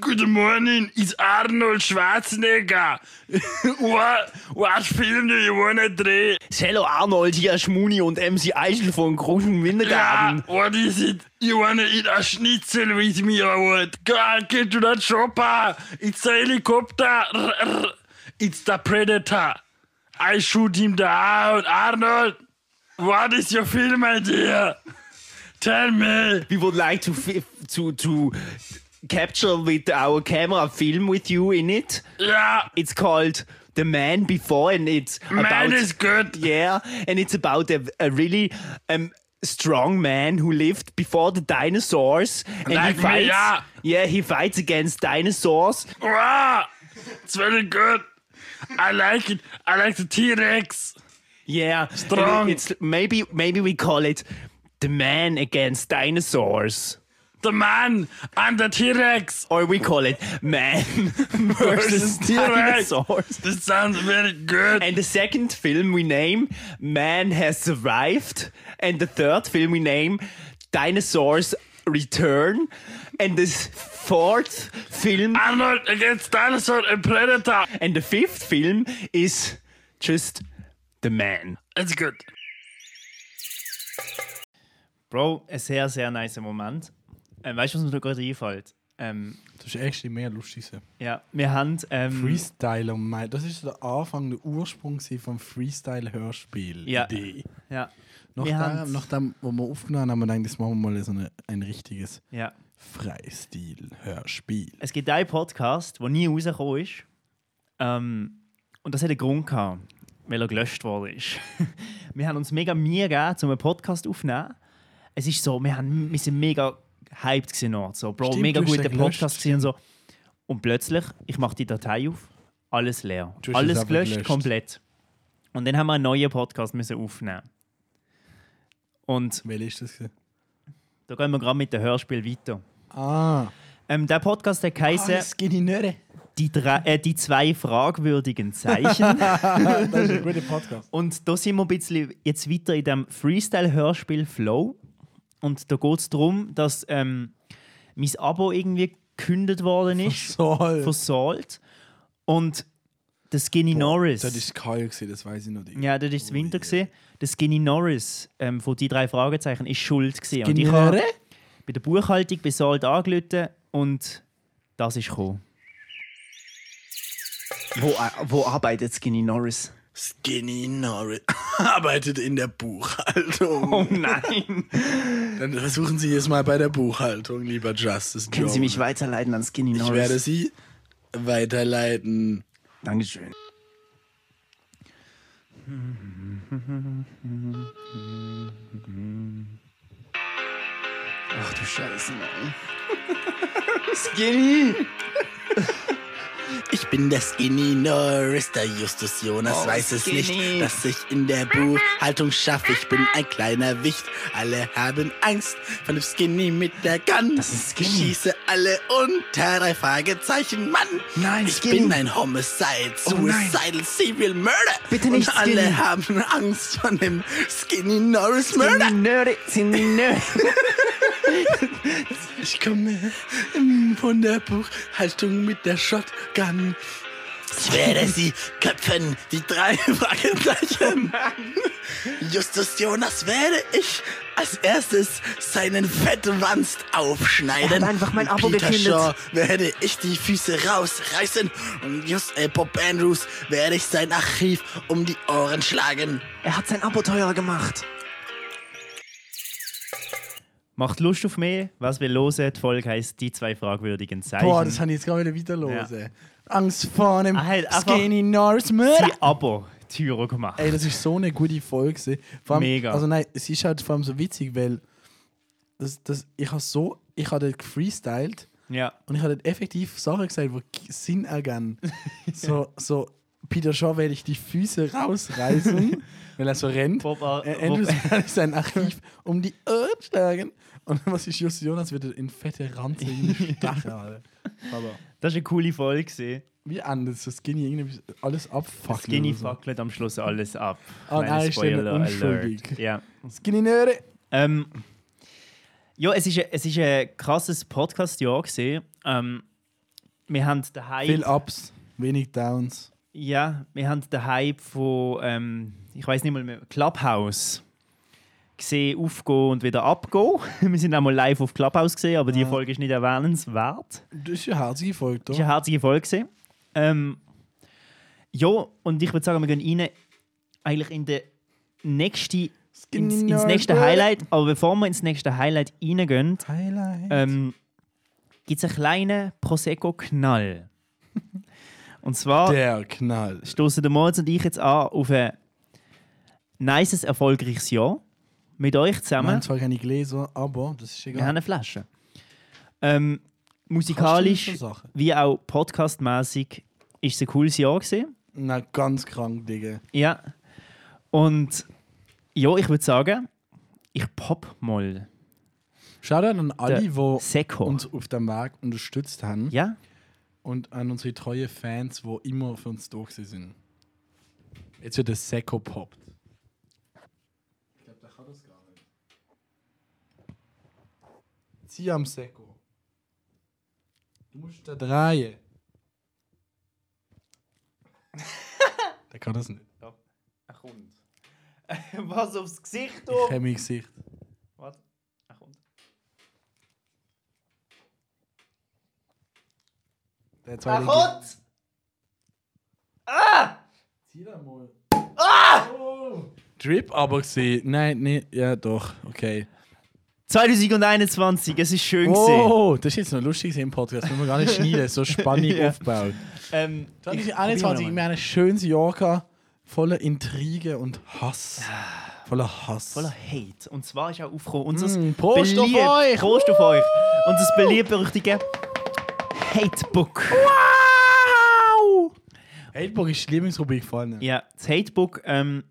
[SPEAKER 7] good morning, it's Arnold Schwarzenegger. (laughs) what, what film do you wanna drink?
[SPEAKER 10] Hello Arnold, hier ist Muni und MC Eichel von Großen Wintergarten.
[SPEAKER 7] what is it? You wanna eat a schnitzel with me or what? Go on, get to that chopper. It's a helicopter. R- r- It's the predator. I shoot him down. Arnold, what is your film idea? Tell me.
[SPEAKER 10] We would like to, fi- to, to capture with our camera film with you in it.
[SPEAKER 7] Yeah,
[SPEAKER 10] It's called The Man Before and it's
[SPEAKER 7] man
[SPEAKER 10] about...
[SPEAKER 7] is good.
[SPEAKER 10] Yeah, and it's about a, a really um, strong man who lived before the dinosaurs, and
[SPEAKER 7] Like
[SPEAKER 10] he
[SPEAKER 7] me,
[SPEAKER 10] fights.
[SPEAKER 7] yeah.
[SPEAKER 10] yeah, he fights against dinosaurs.
[SPEAKER 7] Wow, it's very good. I like it. I like the T Rex.
[SPEAKER 10] Yeah, and it-
[SPEAKER 7] Strong.
[SPEAKER 10] It's maybe maybe we call it the man against dinosaurs,
[SPEAKER 7] The man. I'm the T Rex.
[SPEAKER 10] or we call it man (laughs) versus
[SPEAKER 3] (laughs)
[SPEAKER 7] T-Rex.
[SPEAKER 10] dinosaurs.
[SPEAKER 7] This sounds very good.
[SPEAKER 10] And the second film we name Man Has Survived. And the third film we name Dinosaurs Return. And this fourth film
[SPEAKER 7] Arnold against Dinosaur and Predator.
[SPEAKER 10] and the fifth film is just The Man.
[SPEAKER 7] It's good.
[SPEAKER 3] Bro, ein sehr, sehr nicer Moment. Ähm, weißt du, was mir da gerade einfällt? Ähm,
[SPEAKER 1] Das ist echt mehr lustig.
[SPEAKER 8] Mhm.
[SPEAKER 3] ja, wir haben. Ähm,
[SPEAKER 1] Freestyler, mein, das ist der Anfang, der Ursprung gewesen vom Freestyle-Hörspiel.
[SPEAKER 3] Ja.
[SPEAKER 1] Idee.
[SPEAKER 3] Ja.
[SPEAKER 1] Nach
[SPEAKER 3] Wir
[SPEAKER 1] dem,
[SPEAKER 3] haben's.
[SPEAKER 1] nach dem, wo wir aufgenommen haben, haben wir gedacht, das machen wir mal so eine, ein richtiges
[SPEAKER 3] ja.
[SPEAKER 1] Freistil-Hörspiel.
[SPEAKER 3] Es gibt einen Podcast, der nie rausgekommen ist. Ähm, und das hat einen Grund gehabt, weil er gelöscht worden ist. (laughs) wir haben uns mega Mühe gegeben, um einen Podcast aufzunehmen. Es ist so, wir, haben, wir sind mega hyped gewesen. noch. So, Bro,
[SPEAKER 1] Stimmt,
[SPEAKER 3] mega
[SPEAKER 1] du hast
[SPEAKER 3] guter
[SPEAKER 1] den gelöscht,
[SPEAKER 3] Podcast gewesen und so. Und plötzlich, ich mache die Datei auf, alles leer.
[SPEAKER 1] Du hast es
[SPEAKER 3] Alles
[SPEAKER 1] einfach
[SPEAKER 3] gelöscht,
[SPEAKER 1] gelöscht.
[SPEAKER 3] komplett. Und dann haben wir einen neuen Podcast müssen aufnehmen. Und
[SPEAKER 1] Welches ist das? gewesen?
[SPEAKER 3] da gehen wir gerade mit dem Hörspiel weiter.
[SPEAKER 1] Ah,
[SPEAKER 3] Ähm, der Podcast, der heisst...
[SPEAKER 1] das geht nicht. Das
[SPEAKER 3] die, drei, äh, die zwei
[SPEAKER 1] (laughs)
[SPEAKER 3] fragwürdigen Zeichen.
[SPEAKER 1] ist ein guter
[SPEAKER 8] (laughs)
[SPEAKER 1] Podcast.
[SPEAKER 3] und da sind wir ein bisschen jetzt weiter in dem Freestyle-Hörspiel Flow. Und da geht es darum, dass ähm, mein Abo irgendwie gekündigt worden ist,
[SPEAKER 1] Soll.
[SPEAKER 3] versohlt. Und der Skinny Norris.
[SPEAKER 1] Das ist kalt, gewesen, das weiß ich noch nicht.
[SPEAKER 3] ja, das ist
[SPEAKER 8] Oh,
[SPEAKER 3] das Winter gesehen. Der Skinny Norris ähm, von die drei Fragezeichen ist schuld gesehen. Und ich habe
[SPEAKER 1] Genere?
[SPEAKER 3] bei der Buchhaltung bei Salt angelötet und das ist gekommen.
[SPEAKER 10] Wo, äh, wo arbeitet Skinny
[SPEAKER 8] (laughs)
[SPEAKER 10] Norris?
[SPEAKER 8] Skinny
[SPEAKER 1] (laughs)
[SPEAKER 8] Norris arbeitet in der Buchhaltung.
[SPEAKER 10] Oh nein!
[SPEAKER 8] Dann versuchen Sie es mal bei der Buchhaltung, lieber
[SPEAKER 10] (laughs)
[SPEAKER 8] Justice
[SPEAKER 10] Können
[SPEAKER 8] Jones.
[SPEAKER 10] Sie mich weiterleiten an Skinny Norris?
[SPEAKER 8] ich werde Sie weiterleiten.
[SPEAKER 10] Dankeschön. Ach du Scheiße, Mann. Skinny!
[SPEAKER 8] Ich bin der Skinny Norris, der Justus Jonas
[SPEAKER 10] Oh,
[SPEAKER 8] weiß es
[SPEAKER 10] Skinny.
[SPEAKER 8] nicht, dass ich in der Buchhaltung schaffe. Ich bin ein kleiner Wicht, alle haben Angst von dem Skinny mit der Gun. Das
[SPEAKER 10] ist Skinny.
[SPEAKER 8] Ich schieße alle unter drei Fragezeichen, Mann.
[SPEAKER 10] Nein,
[SPEAKER 8] ich
[SPEAKER 10] Skinny.
[SPEAKER 8] bin ein Homicide,
[SPEAKER 10] nein.
[SPEAKER 8] Suicidal Serial Murder.
[SPEAKER 10] Bitte
[SPEAKER 8] Und
[SPEAKER 10] nicht
[SPEAKER 8] alle
[SPEAKER 10] Skinny.
[SPEAKER 8] haben Angst von dem Skinny Norris Murder.
[SPEAKER 10] Skinny Nerdy, Skinny Nerdy.
[SPEAKER 8] Ich komme ähm, von der Buchhaltung mit der Shotgun. Ich werde sie köpfen, die drei (laughs) Fragezeichen. Justus Jonas werde ich als erstes seinen fetten Wanst aufschneiden.
[SPEAKER 11] Er hat einfach mein Abo
[SPEAKER 8] Peter
[SPEAKER 11] gekündigt.
[SPEAKER 8] Shaw werde ich die Füße rausreißen. Und Just, äh, Bob Andrews werde ich sein Archiv um die Ohren schlagen.
[SPEAKER 11] Er hat sein Abo teurer gemacht.
[SPEAKER 3] Macht Lust auf mehr, was wir hören. Die Folge heisst «Die zwei fragwürdigen Zeichen».
[SPEAKER 1] Boah, das habe ich jetzt gar nicht weiterlose. Angst vor einem
[SPEAKER 3] Ah, halt einfach-
[SPEAKER 1] Skinny Norseman.
[SPEAKER 3] die abo Tyro gemacht.
[SPEAKER 1] Ey, das ist so eine gute Folge. gewesen. Vor allem,
[SPEAKER 3] Mega.
[SPEAKER 1] Also nein, es ist halt vor allem so witzig, weil das, das, ich habe so, ich habe dort gefreestylt
[SPEAKER 3] ja.
[SPEAKER 1] und ich habe dort effektiv Sachen gesagt, die k- Sinn ergeben. so, so, Peter Shaw werde ich die Füße
[SPEAKER 3] (laughs)
[SPEAKER 1] rausreißen, weil er so rennt.
[SPEAKER 3] Bob, äh,
[SPEAKER 1] Äh, Andrews (laughs)
[SPEAKER 3] Bob-
[SPEAKER 1] werde ich sein Archiv um die Ohren schlagen. Und was ist Justus Jonas wieder in fette Ranze in
[SPEAKER 3] (laughs)
[SPEAKER 1] den Stachel. Alter. Aber
[SPEAKER 3] Das war eine coole Folge. gewesen.
[SPEAKER 1] wie anders, so Skinny irgendwie alles Also abfucken.
[SPEAKER 3] Skinny
[SPEAKER 1] oder so.
[SPEAKER 3] fackelt am Schluss alles ab.
[SPEAKER 1] Ah,
[SPEAKER 3] Kleiner
[SPEAKER 1] nein, ist dann
[SPEAKER 3] Spoiler Alert.
[SPEAKER 1] unschuldig.
[SPEAKER 3] Ja.
[SPEAKER 1] Skinny Nöre.
[SPEAKER 3] Ähm, ja, es ist, ein- es ist ein krasses Podcast-Jahr. gewesen. Ähm, wir haben den Hype.
[SPEAKER 1] Viel Ups, wenig Downs.
[SPEAKER 3] Ja, wir haben den Hype von, ähm, ich weiß nicht mal mehr, Clubhouse gesehen, aufgehen und wieder abgehen. (laughs) Wir sind auch mal live auf Clubhouse gesehen, aber
[SPEAKER 1] Ah.
[SPEAKER 3] die Folge ist nicht erwähnenswert.
[SPEAKER 1] Das ist eine herzige Folge,
[SPEAKER 3] Das war
[SPEAKER 1] doch.
[SPEAKER 3] eine herzige Folge. gewesen. Ähm, ja, und ich würde sagen, wir gehen rein eigentlich in den nächsten, ins, ins nächste Highlight. Aber bevor wir ins nächste Highlight reingehen,
[SPEAKER 1] Highlight.
[SPEAKER 3] ähm, gibt es einen kleinen Prosecco-Knall. Und zwar
[SPEAKER 1] Der Knall.
[SPEAKER 3] stoßen der Moritz und ich jetzt an auf ein nices, erfolgreiches Jahr. Mit euch
[SPEAKER 1] Wir
[SPEAKER 3] zusammen.
[SPEAKER 1] haben zwar keine Gläser, aber das ist
[SPEAKER 3] Wir haben
[SPEAKER 1] egal.
[SPEAKER 3] eine Flasche. Ähm,
[SPEAKER 1] Hast
[SPEAKER 3] musikalisch
[SPEAKER 1] du schon Sachen?
[SPEAKER 3] wie auch podcastmäßig ist es ein cooles Jahr gewesen.
[SPEAKER 1] Na, ganz krank, Digga.
[SPEAKER 3] Ja. Und ja, ich würde sagen, ich pop mal
[SPEAKER 1] Schaut an alle,
[SPEAKER 3] Der
[SPEAKER 1] die
[SPEAKER 3] Seko.
[SPEAKER 1] uns auf dem Weg unterstützt haben
[SPEAKER 3] ja,
[SPEAKER 1] und an unsere treuen Fans, die immer für uns da gewesen sind. Jetzt wird der Seko poppt. Ich glaube, der kann das gar nicht. Zieh am Seko. Du musst da drehen. (laughs) der kann das nicht.
[SPEAKER 3] (laughs) Was aufs Gesicht
[SPEAKER 1] Ich habe mein Gesicht.
[SPEAKER 3] Warte. Er kommt.
[SPEAKER 1] Der hat zwei Linke. Zieh da mal. Ah! Drip aber gesehen. Nein, nee, ja doch, okay.
[SPEAKER 3] 2021, es ist schön gewesen.
[SPEAKER 1] Oh, das ist jetzt noch lustig gewesen im Podcast, wenn wir gar nicht schneiden, so Spannung (laughs)
[SPEAKER 3] Ja.
[SPEAKER 1] aufbauen.
[SPEAKER 3] Ähm, ich-
[SPEAKER 1] 2021, wir haben ein schönes Jahr gehabt, voller Intrige und Hass. Voller Hass.
[SPEAKER 3] voller Hate. Und zwar ist auch aufgekommen unser
[SPEAKER 1] Mm, Prost auf
[SPEAKER 3] beliebt-
[SPEAKER 1] euch!
[SPEAKER 3] Prost auf euch! Unser beliebt-berüchtigte Hatebook.
[SPEAKER 1] Wow! Hatebook ist die Lieblingsrubrik gefallen.
[SPEAKER 3] Ja, das Hatebook, ähm,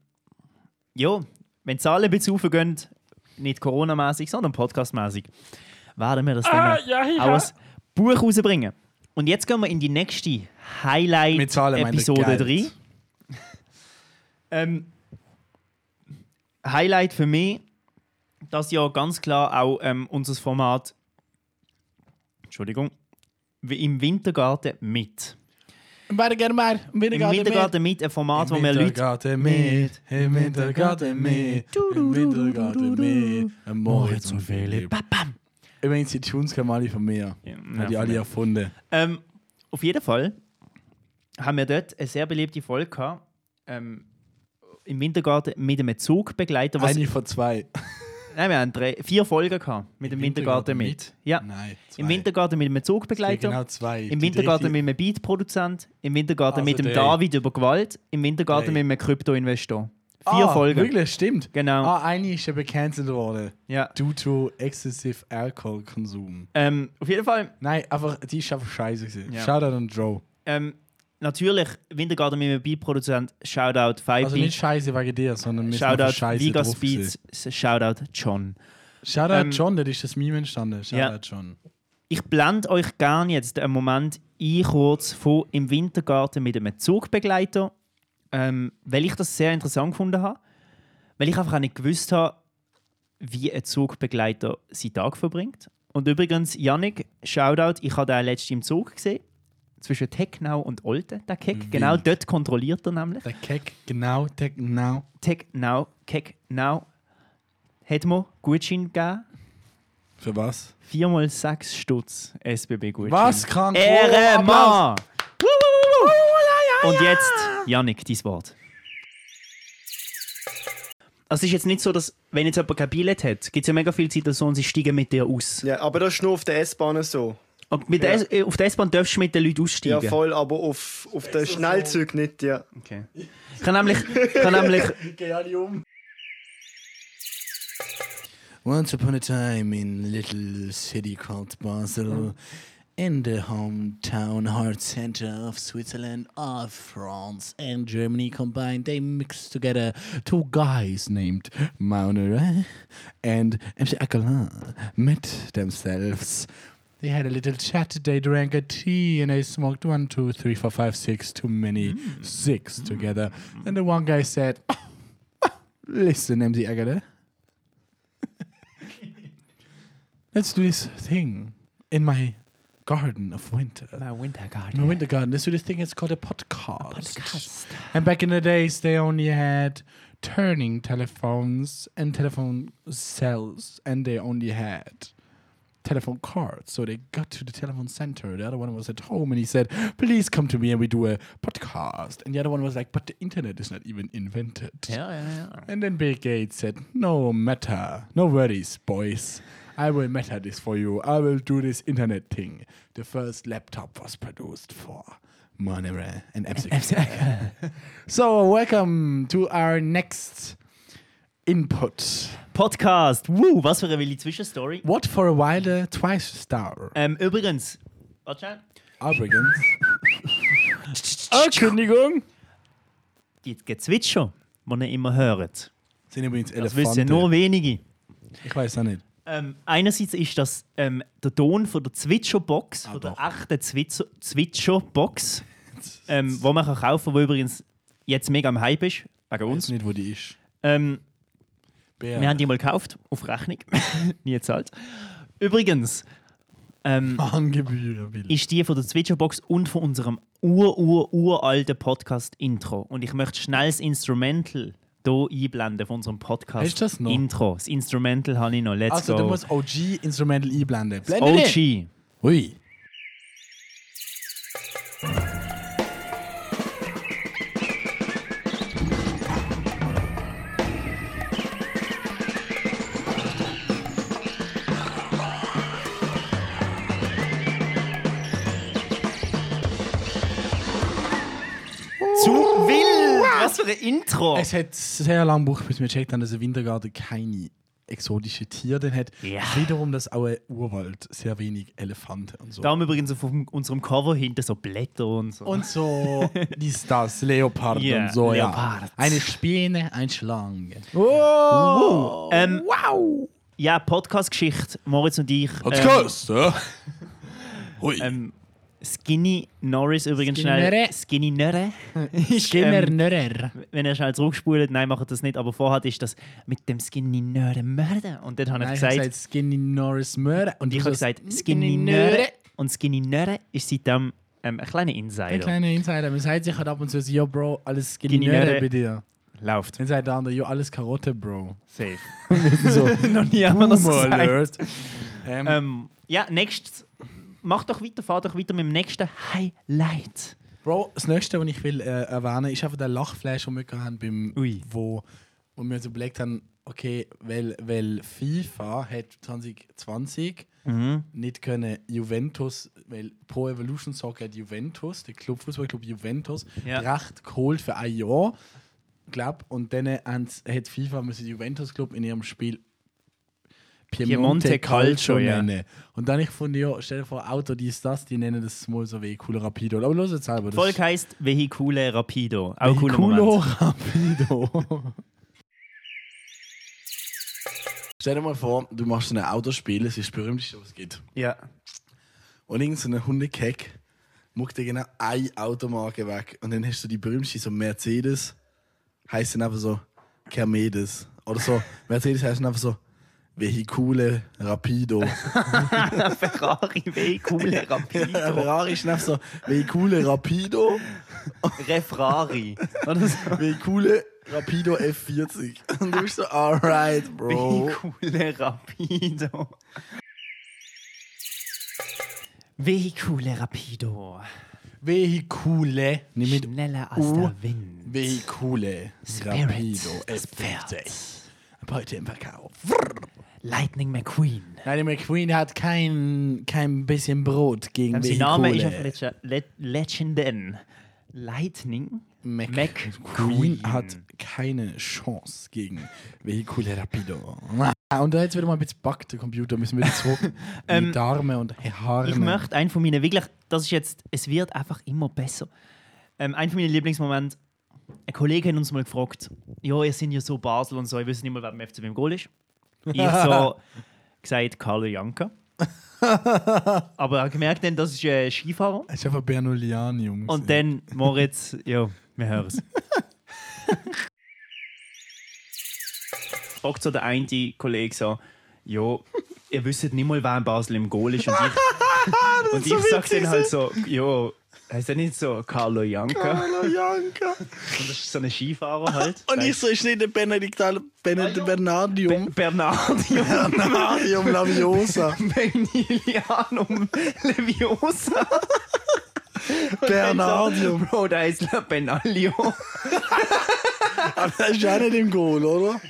[SPEAKER 3] ja, wenn die Zahlen ein bisschen raufgehen, nicht Corona-mäßig, sondern Podcast-mäßig, werden wir das dann
[SPEAKER 7] Ah, ja, ja.
[SPEAKER 3] auch als Buch rausbringen. Und jetzt gehen wir in die nächste
[SPEAKER 1] Mit Zahlen meint ihr
[SPEAKER 3] Highlight-Episode
[SPEAKER 1] Geld.
[SPEAKER 3] rein. (laughs) Ähm, Highlight für mich, das ja ganz klar auch ähm, unser Format, Entschuldigung, wie im Wintergarten mit.
[SPEAKER 1] Weiter gerne mal. Im
[SPEAKER 3] Im Wintergarten mit, ein Format, wo wir Leute
[SPEAKER 1] Wintergarten mit, im Wintergarten mit, im Wintergarten mit, am Moritz und Philipp. Übrigens, die Tunes kamen alle von mir.
[SPEAKER 3] Ja, ja,
[SPEAKER 1] Hat die
[SPEAKER 3] von
[SPEAKER 1] alle
[SPEAKER 3] mir.
[SPEAKER 1] erfunden.
[SPEAKER 3] Ähm, auf jeden Fall haben wir dort eine sehr beliebte Folge gehabt, ähm, im Wintergarten mit einem Zugbegleiter. Was,
[SPEAKER 1] Eine von zwei.
[SPEAKER 3] nein, wir haben drei, vier Folgen gehabt mit dem Wintergarten mit.
[SPEAKER 1] (laughs)
[SPEAKER 3] Ja.
[SPEAKER 1] Nein, zwei.
[SPEAKER 3] Im Wintergarten mit einem
[SPEAKER 1] Ja,
[SPEAKER 3] Zugbegleiter,
[SPEAKER 1] Genau zwei.
[SPEAKER 3] im
[SPEAKER 1] Die
[SPEAKER 3] Wintergarten
[SPEAKER 1] dritte-
[SPEAKER 3] mit einem Beatproduzent, im Wintergarten
[SPEAKER 1] Also
[SPEAKER 3] mit dem
[SPEAKER 1] drei.
[SPEAKER 3] David über Gewalt, im Wintergarten
[SPEAKER 1] Drei.
[SPEAKER 3] mit einem Krypto-Investor. Vier
[SPEAKER 1] ah,
[SPEAKER 3] Folgen.
[SPEAKER 1] Wirklich, stimmt.
[SPEAKER 3] Genau.
[SPEAKER 1] Ah, eine ist eben cancelled worden.
[SPEAKER 3] Ja.
[SPEAKER 1] Due to excessive alcohol konsum.
[SPEAKER 3] Ähm, auf jeden Fall
[SPEAKER 1] Nein, einfach, die ist einfach scheiße gewesen.
[SPEAKER 3] Ja.
[SPEAKER 1] Shoutout an Joe.
[SPEAKER 3] ähm, natürlich Wintergarten mit einem Beatproduzent, Shoutout Five
[SPEAKER 1] Also nicht scheiße wegen dir, sondern wir sind einfach
[SPEAKER 3] Shoutout
[SPEAKER 1] scheiße
[SPEAKER 3] Vegas
[SPEAKER 1] drauf gewesen.
[SPEAKER 3] Beats, Shoutout John.
[SPEAKER 1] Shoutout
[SPEAKER 3] Ähm,
[SPEAKER 1] John, das ist das Meme entstanden. Shoutout
[SPEAKER 3] ja.
[SPEAKER 1] John.
[SPEAKER 3] Ich blende euch gerne jetzt einen Moment ein, kurz von im Wintergarten mit einem Zugbegleiter, ähm, weil ich das sehr interessant gefunden habe, weil ich einfach auch nicht gewusst habe, wie ein Zugbegleiter seinen Tag verbringt. Und übrigens, Yannick, Shoutout, ich habe den letztens im Zug gesehen. zwischen Technau und Olten, der Keck. Genau dort kontrolliert er nämlich.
[SPEAKER 1] Der Keck, genau, der genau.
[SPEAKER 3] Technau, Kecknau. Hätten wir Gutschein gegeben.
[SPEAKER 1] Für was?
[SPEAKER 3] 4x6 Stutz SBB Gutschein.
[SPEAKER 1] Was kann
[SPEAKER 3] Ehrenmann! Und jetzt, Yannick, dein Wort. Also es ist jetzt nicht so, dass, wenn jetzt jemand kein Billett hat, gibt es ja mega viel Zeit, dass so und sie steigen mit dir aus.
[SPEAKER 12] Ja, aber das ist nur auf der S-Bahn so.
[SPEAKER 3] Und mit der, S- äh, auf der S-Bahn darfst du mit den Leuten
[SPEAKER 12] Ja,
[SPEAKER 3] aussteigen.
[SPEAKER 12] voll, aber auf, auf den Schnellzug nicht, ja.
[SPEAKER 3] Okay. Ich kann nämlich, ich kann nämlich
[SPEAKER 1] Geh alle um. Once upon a time in little city called Basel, in the hometown heart center of Switzerland, of France and Germany combined, they mixed together two guys named Mauner eh, and MC Acolin met themselves. They had a little chat, they drank a tea, and they smoked one, two, three, four, five, six, too many, six together. And the one guy said, (coughs) Listen, MC Agatha. Let's do this thing in my garden of winter.
[SPEAKER 3] My Winter
[SPEAKER 1] My
[SPEAKER 3] Garden.
[SPEAKER 1] winter garden. Let's do this thing. It's called a podcast. And back in the days, they only had turning telephones and telephone cells, and they only had telephone cards. So they got to the telephone center. The other one was at home, and he said, "Please come to me, and we do a podcast." And the other one was like, "But the internet is not even invented."
[SPEAKER 3] Ja, ja, ja.
[SPEAKER 1] And then Bill Gates said, No matter, no worries, boys. I will matter this for you. I will do this internet thing. The first laptop was produced for Monera and Epsic. (laughs) so, welcome to our next input.
[SPEAKER 3] Podcast. Woo, was für eine wilde Zwischenstory.
[SPEAKER 1] What for a while the twice star
[SPEAKER 3] Ähm, übrigens, warte schnell.
[SPEAKER 1] übrigens. Ankündigung.
[SPEAKER 3] die Gezwitscher, die ihr immer hört,
[SPEAKER 1] Sind übrigens
[SPEAKER 3] das wissen
[SPEAKER 1] Elefanten.
[SPEAKER 3] nur wenige.
[SPEAKER 1] Ich weiß auch nicht.
[SPEAKER 3] Ähm, einerseits ist das ähm, der Ton von der Zwitscherbox, von der
[SPEAKER 1] Ah, doch.
[SPEAKER 3] echten Zwitser
[SPEAKER 1] (laughs)
[SPEAKER 3] Zwitscherbox, ähm, wo man kann kaufen, wo übrigens jetzt mega am Hype ist, wegen
[SPEAKER 1] Ich weiß
[SPEAKER 3] uns.
[SPEAKER 1] nicht, wo die ist.
[SPEAKER 3] Ähm,
[SPEAKER 1] Bär.
[SPEAKER 3] Wir haben die mal gekauft, auf Rechnung, (laughs) nie gezahlt. Übrigens ähm,
[SPEAKER 1] Angebühren will.
[SPEAKER 3] ist die von der Zwitscherbox und von unserem ur-ur-uralten Podcast-Intro. Und ich möchte schnell das Instrumental hier einblenden von unserem Podcast.
[SPEAKER 1] Hast du das noch?
[SPEAKER 3] Intro. Das Instrumental habe ich noch. Let's
[SPEAKER 1] Also,
[SPEAKER 3] go.
[SPEAKER 1] du musst OG Instrumental einblenden. Blende nicht.
[SPEAKER 3] OG.
[SPEAKER 1] Ui.
[SPEAKER 3] Zu wild! Was für ein Intro!
[SPEAKER 1] Es hat sehr lange gebraucht, bis wir gecheckt haben, dass ein Wintergarten keine exotischen Tiere denn hat.
[SPEAKER 3] Ja.
[SPEAKER 1] Wiederum, dass auch ein Urwald sehr wenig Elefanten und so.
[SPEAKER 3] Da haben übrigens auf dem- unserem Cover hinten so Blätter und so.
[SPEAKER 1] und
[SPEAKER 3] (laughs)
[SPEAKER 1] so, dies, das, Leopard
[SPEAKER 3] Ja,
[SPEAKER 1] und so, ja.
[SPEAKER 3] Leopard.
[SPEAKER 1] Eine Spinne, ein Schlange.
[SPEAKER 3] ähm, wow! Ja, Podcast-Geschichte. Moritz und ich.
[SPEAKER 7] Ähm,
[SPEAKER 1] Hui.
[SPEAKER 3] Ähm, Skinny Norris übrigens
[SPEAKER 1] Skinny
[SPEAKER 3] schnell.
[SPEAKER 1] Nörre.
[SPEAKER 3] Skinny Nörre.
[SPEAKER 1] Skinner,
[SPEAKER 3] ähm,
[SPEAKER 1] Nörrer.
[SPEAKER 3] Wenn er schnell zurückspult, nein, macht das nicht. Aber vorhat ist das mit dem Skinny Nörre mörden. Und dann habe ich
[SPEAKER 1] Nein,
[SPEAKER 3] gesagt,
[SPEAKER 1] ich habe gesagt, Hm, Skinny Norris Mörder. Und
[SPEAKER 3] und ich habe gesagt, Skinny Nörre. Und Skinny Nörre ist seitdem ähm, ein kleiner
[SPEAKER 1] Ein
[SPEAKER 3] Insider.
[SPEAKER 1] kleiner Insider. Man sagt sich halt ab und zu, ja, Bro, alles Skinny,
[SPEAKER 3] Skinny
[SPEAKER 1] Nörre
[SPEAKER 3] Nörre.
[SPEAKER 1] bei dir.
[SPEAKER 3] Läuft.
[SPEAKER 1] Dann sagt der andere, ja, alles Karotte,
[SPEAKER 3] (laughs)
[SPEAKER 1] Bro. (laughs)
[SPEAKER 3] Safe.
[SPEAKER 1] So,
[SPEAKER 3] (laughs) Noch nie haben wir das
[SPEAKER 1] Boomer
[SPEAKER 3] gesagt. (laughs)
[SPEAKER 1] Alert. Ähm,
[SPEAKER 3] Ähm, ja, nächstes. Mach doch weiter, fahr doch weiter mit dem nächsten Highlight.
[SPEAKER 1] Bro, das nächste, was ich will äh, erwähnen, ist einfach der Lachflash, den wir gehabt haben beim
[SPEAKER 3] Ui.
[SPEAKER 1] wo und wir uns überlegt haben, okay, weil, weil FIFA hat 2020
[SPEAKER 3] Mhm.
[SPEAKER 1] nicht können Juventus, weil Pro Evolution Soccer hat Juventus, der Club Fußballclub Juventus,
[SPEAKER 3] Ja.
[SPEAKER 1] Tracht geholt für ein Jahr, glaub, und dann haben's- hat FIFA müssen den Juventus Club in ihrem Spiel Piemonte,
[SPEAKER 3] Piemonte Calcio,
[SPEAKER 1] Calcio
[SPEAKER 3] ja.
[SPEAKER 1] nennen. Und dann ich fand, ja, stell dir vor, Auto, die ist das, die nennen das mal so wie cooler Rapido. Aber los jetzt selber. das
[SPEAKER 3] Volk heisst Vehicule Rapido. Auch cooler
[SPEAKER 1] Culo (laughs)
[SPEAKER 3] Moment.
[SPEAKER 1] Rapido. Stell dir mal vor, du machst so ein Autospiel, es ist das berühmteste, was es gibt.
[SPEAKER 13] Ja.
[SPEAKER 1] Und irgend so ein Hundekeck muckt dir genau ein Automarke weg. Und dann hast du die berühmteste, so (laughs) Mercedes, heißt dann einfach so Kermedes. Oder so, Mercedes heißt dann einfach so Vehicule Rapido.
[SPEAKER 3] Ferrari Vehicule
[SPEAKER 1] Ja, (laughs)
[SPEAKER 3] Rapido.
[SPEAKER 1] (laughs) Ferrari ist einfach so Vehicule Rapido.
[SPEAKER 3] Refrari.
[SPEAKER 1] Vehicule Rapido F40. (laughs) Und du bist so, alright, Bro.
[SPEAKER 3] Vehicule Rapido. Vehicule Rapido.
[SPEAKER 1] Vehicule. Nimm mit Uh.
[SPEAKER 3] Schneller als
[SPEAKER 1] U.
[SPEAKER 3] der Wind.
[SPEAKER 1] Vehicule
[SPEAKER 3] Spirit,
[SPEAKER 1] Rapido
[SPEAKER 3] das
[SPEAKER 1] F40. Ab Heute im Verkauf.
[SPEAKER 3] Lightning McQueen.
[SPEAKER 1] Nein, McQueen hat kein, kein bisschen Brot gegen
[SPEAKER 3] Sein
[SPEAKER 1] Vehicule.
[SPEAKER 3] Name ist einfach lege- le legendär. Lightning
[SPEAKER 1] Mac
[SPEAKER 3] McQueen.
[SPEAKER 1] Queen hat keine Chance gegen Vehicule Rapido. Ah, Und da jetzt wieder mal ein bisschen backt, der Computer. Müssen wir wieder
[SPEAKER 3] (laughs)
[SPEAKER 1] zurück. Mit Arme und Haare.
[SPEAKER 3] Ähm, Ich möchte einen von meinen, wirklich, das ist jetzt, es wird einfach immer besser. Ähm, ein von meinen Lieblingsmomenten, ein Kollege hat uns mal gefragt, ja, ihr seid ja so Basel und so, ich weiß nicht mal, wer beim FC beim Goal ist. Ich so gesagt, Carlo Janka. Aber er hat gemerkt dann, das ist ein Skifahrer.
[SPEAKER 1] Es ist einfach Bernoulliani, Jungs.
[SPEAKER 3] Und dann Moritz, ja, wir hören es. (laughs) Fragt so der eine Kollege so, ja, ihr wisst nicht mal, wer in Basel im Goal ist. Und ich, (laughs) und ich sag dann halt so, ja, heißt er nicht so Carlo Janka?
[SPEAKER 1] Hallo, Janka.
[SPEAKER 3] Und das ist so ein Skifahrer (laughs) halt.
[SPEAKER 1] Und ich so, ist nicht der Benedikt, Al- Benedikt Bernardium.
[SPEAKER 13] Bernardium,
[SPEAKER 3] (laughs)
[SPEAKER 1] Bernardium Laviosa.
[SPEAKER 13] Benilianum, Leviosa.
[SPEAKER 1] Bernardium.
[SPEAKER 13] Bro, da ist La Benalio.
[SPEAKER 1] (laughs) Aber das ist ja nicht im Goal, oder?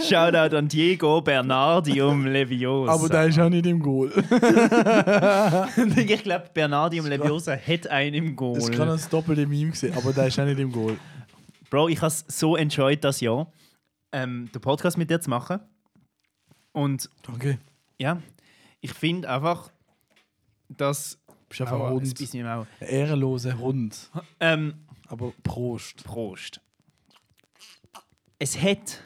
[SPEAKER 3] Shoutout an Diego (laughs) Bernardium Leviosa.
[SPEAKER 1] Aber da ist ja nicht im Goal.
[SPEAKER 3] ich glaube, Bernardium Leviosa hätte einen im Goal.
[SPEAKER 1] Das kann als doppelte Meme sehen, aber da ist ja nicht im Goal.
[SPEAKER 3] Bro, ich habe es so enjoyed das Jahr, ähm, den Podcast mit dir zu machen. Und
[SPEAKER 1] Danke.
[SPEAKER 3] ja, ich finde einfach, dass.
[SPEAKER 1] Bist einfach
[SPEAKER 3] Aua,
[SPEAKER 1] ein
[SPEAKER 3] ein
[SPEAKER 1] Hund.
[SPEAKER 3] bisschen auch.
[SPEAKER 1] Ein ehrenloser Hund.
[SPEAKER 3] Ähm,
[SPEAKER 1] Aber Prost.
[SPEAKER 3] Prost. Es hat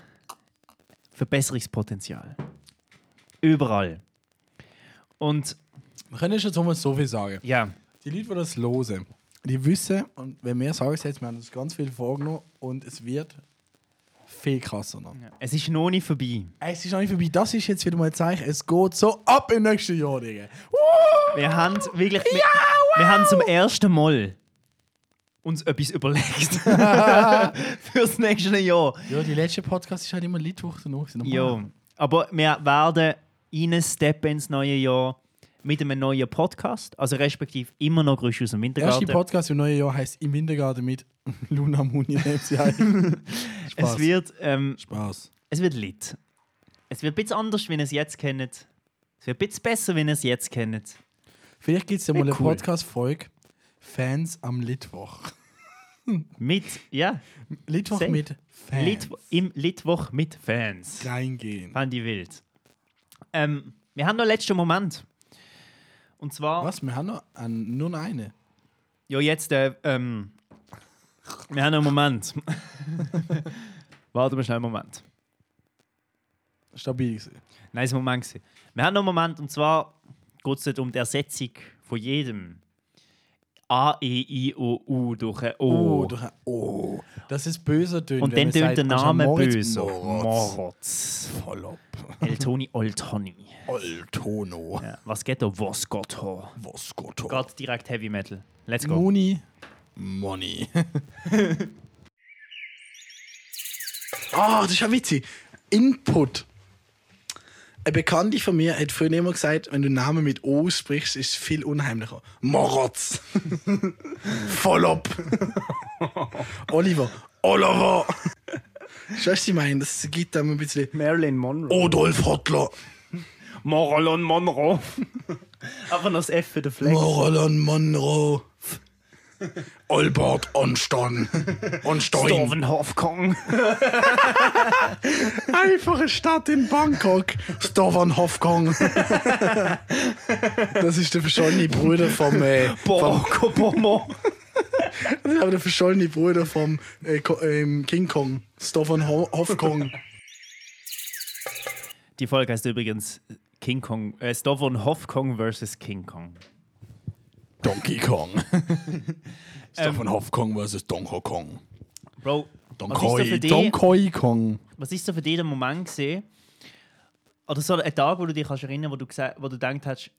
[SPEAKER 3] Verbesserungspotenzial. Überall. Und
[SPEAKER 1] Wir können jetzt mal so viel sagen.
[SPEAKER 3] ja,
[SPEAKER 1] Die Leute, die das hören, die wissen, und wenn wir sagen es jetzt, wir haben uns ganz viel vorgenommen und es wird viel krasser noch.
[SPEAKER 3] es ist noch nicht vorbei.
[SPEAKER 1] Es ist noch nicht vorbei, das ist jetzt wieder mal ein Zeichen, es geht so ab im nächsten Jahr, Digga.
[SPEAKER 3] Wir haben wirklich. Wir, wir haben zum ersten Mal uns etwas überlegt. (laughs) Fürs nächste Jahr.
[SPEAKER 1] Ja, die letzte Podcast ist halt immer Liedwoche danach. sind normal.
[SPEAKER 3] Ja, aber wir werden reinsteppen ins neue Jahr mit einem neuen Podcast, also respektive immer noch Grüße aus dem
[SPEAKER 1] Der erste
[SPEAKER 3] Wintergarten.
[SPEAKER 1] Podcast im neuen Jahr heißt Im Wintergarten mit (laughs) Luna Muni.
[SPEAKER 3] (laughs)
[SPEAKER 1] nennt sie eigentlich.
[SPEAKER 3] es wird, ähm,
[SPEAKER 1] Spaß.
[SPEAKER 3] es wird lit. Es wird ein bisschen anders, wenn ihr es jetzt kennt. Es wird ein bisschen besser, wenn ihr es jetzt kennt.
[SPEAKER 1] Vielleicht gibt es ja mal
[SPEAKER 3] Wie
[SPEAKER 1] eine
[SPEAKER 3] cool.
[SPEAKER 1] Podcast-Folge Fans am
[SPEAKER 3] (laughs)
[SPEAKER 1] Litwoch.
[SPEAKER 3] Mit, ja,
[SPEAKER 1] Litwoch
[SPEAKER 3] Safe.
[SPEAKER 1] mit Fans.
[SPEAKER 3] Lit, im Litwoch mit Fans.
[SPEAKER 1] Reingehen.
[SPEAKER 3] Fand ich wild. Ähm, wir haben noch einen letzten Moment. Und zwar,
[SPEAKER 1] Was? Wir haben noch an, nur noch eine.
[SPEAKER 3] ja jetzt, äh, ähm, wir haben noch
[SPEAKER 1] (laughs)
[SPEAKER 3] einen Moment. Warte mal schnell einen Moment.
[SPEAKER 1] Stabil gewesen.
[SPEAKER 3] Nice Moment. Gewesen. Wir haben noch einen Moment, und zwar geht es nicht um die Ersetzung von jedem A, E, I, O, U durch ein O.
[SPEAKER 1] Oh, durch ein O. Das ist böser Töne.
[SPEAKER 3] und
[SPEAKER 1] wenn
[SPEAKER 3] dann
[SPEAKER 1] man
[SPEAKER 3] tönt
[SPEAKER 1] sagt,
[SPEAKER 3] der Name
[SPEAKER 1] anstatt Moritz,
[SPEAKER 3] böse.
[SPEAKER 1] Moritz.
[SPEAKER 3] Moritz.
[SPEAKER 1] Voll ab.
[SPEAKER 3] El Toni, Ol Toni.
[SPEAKER 1] Altono.
[SPEAKER 3] Ja, Was geht da? Was geht da?
[SPEAKER 1] Was Gott.
[SPEAKER 3] Gerade direkt Heavy Metal. Let's go.
[SPEAKER 1] Muni. Money. Ah, das ist ja witzig. Input. Eine Bekannte von mir hat früher immer gesagt, wenn du Namen mit O sprichst, ist es viel unheimlicher. Moritz. (laughs) Voll ab. Oliver. Oliver. Weißt du, was ich meine? Das gibt einem ein bisschen.
[SPEAKER 13] Marilyn Monroe.
[SPEAKER 1] Odolf Hottler.
[SPEAKER 13] Marilyn
[SPEAKER 3] (laughs)
[SPEAKER 13] Monroe.
[SPEAKER 3] Aber noch das F für den Flex.
[SPEAKER 1] Marilyn Monroe. Olbert Onstein. Onstein.
[SPEAKER 13] Dorvenhof Kong.
[SPEAKER 1] Einfache Stadt in Bangkok. Stovan Hofkong. (laughs) Das ist der verschollene Bruder vom. Äh, vom
[SPEAKER 13] Boroko Bomo.
[SPEAKER 1] das ist aber der verschollene Bruder vom äh, Ko- ähm, King Kong. Stovan Ho (laughs) Hofkong.
[SPEAKER 3] (laughs) Die Folge heißt übrigens King Kong, äh, Stovon Hof Kong vs. King Kong.
[SPEAKER 1] (laughs) Ähm. Donkey Kong. Stovan Hofkong versus Don Hokong.
[SPEAKER 3] Bro, Was ist da
[SPEAKER 1] Donkoi,
[SPEAKER 3] für dich-
[SPEAKER 1] Donkoi Kong.
[SPEAKER 3] Was ist so für dich der Moment gesehen? Oder so ein Tag, wo du dich kannst erinnern, wo du gesagt, wo du gedacht hast,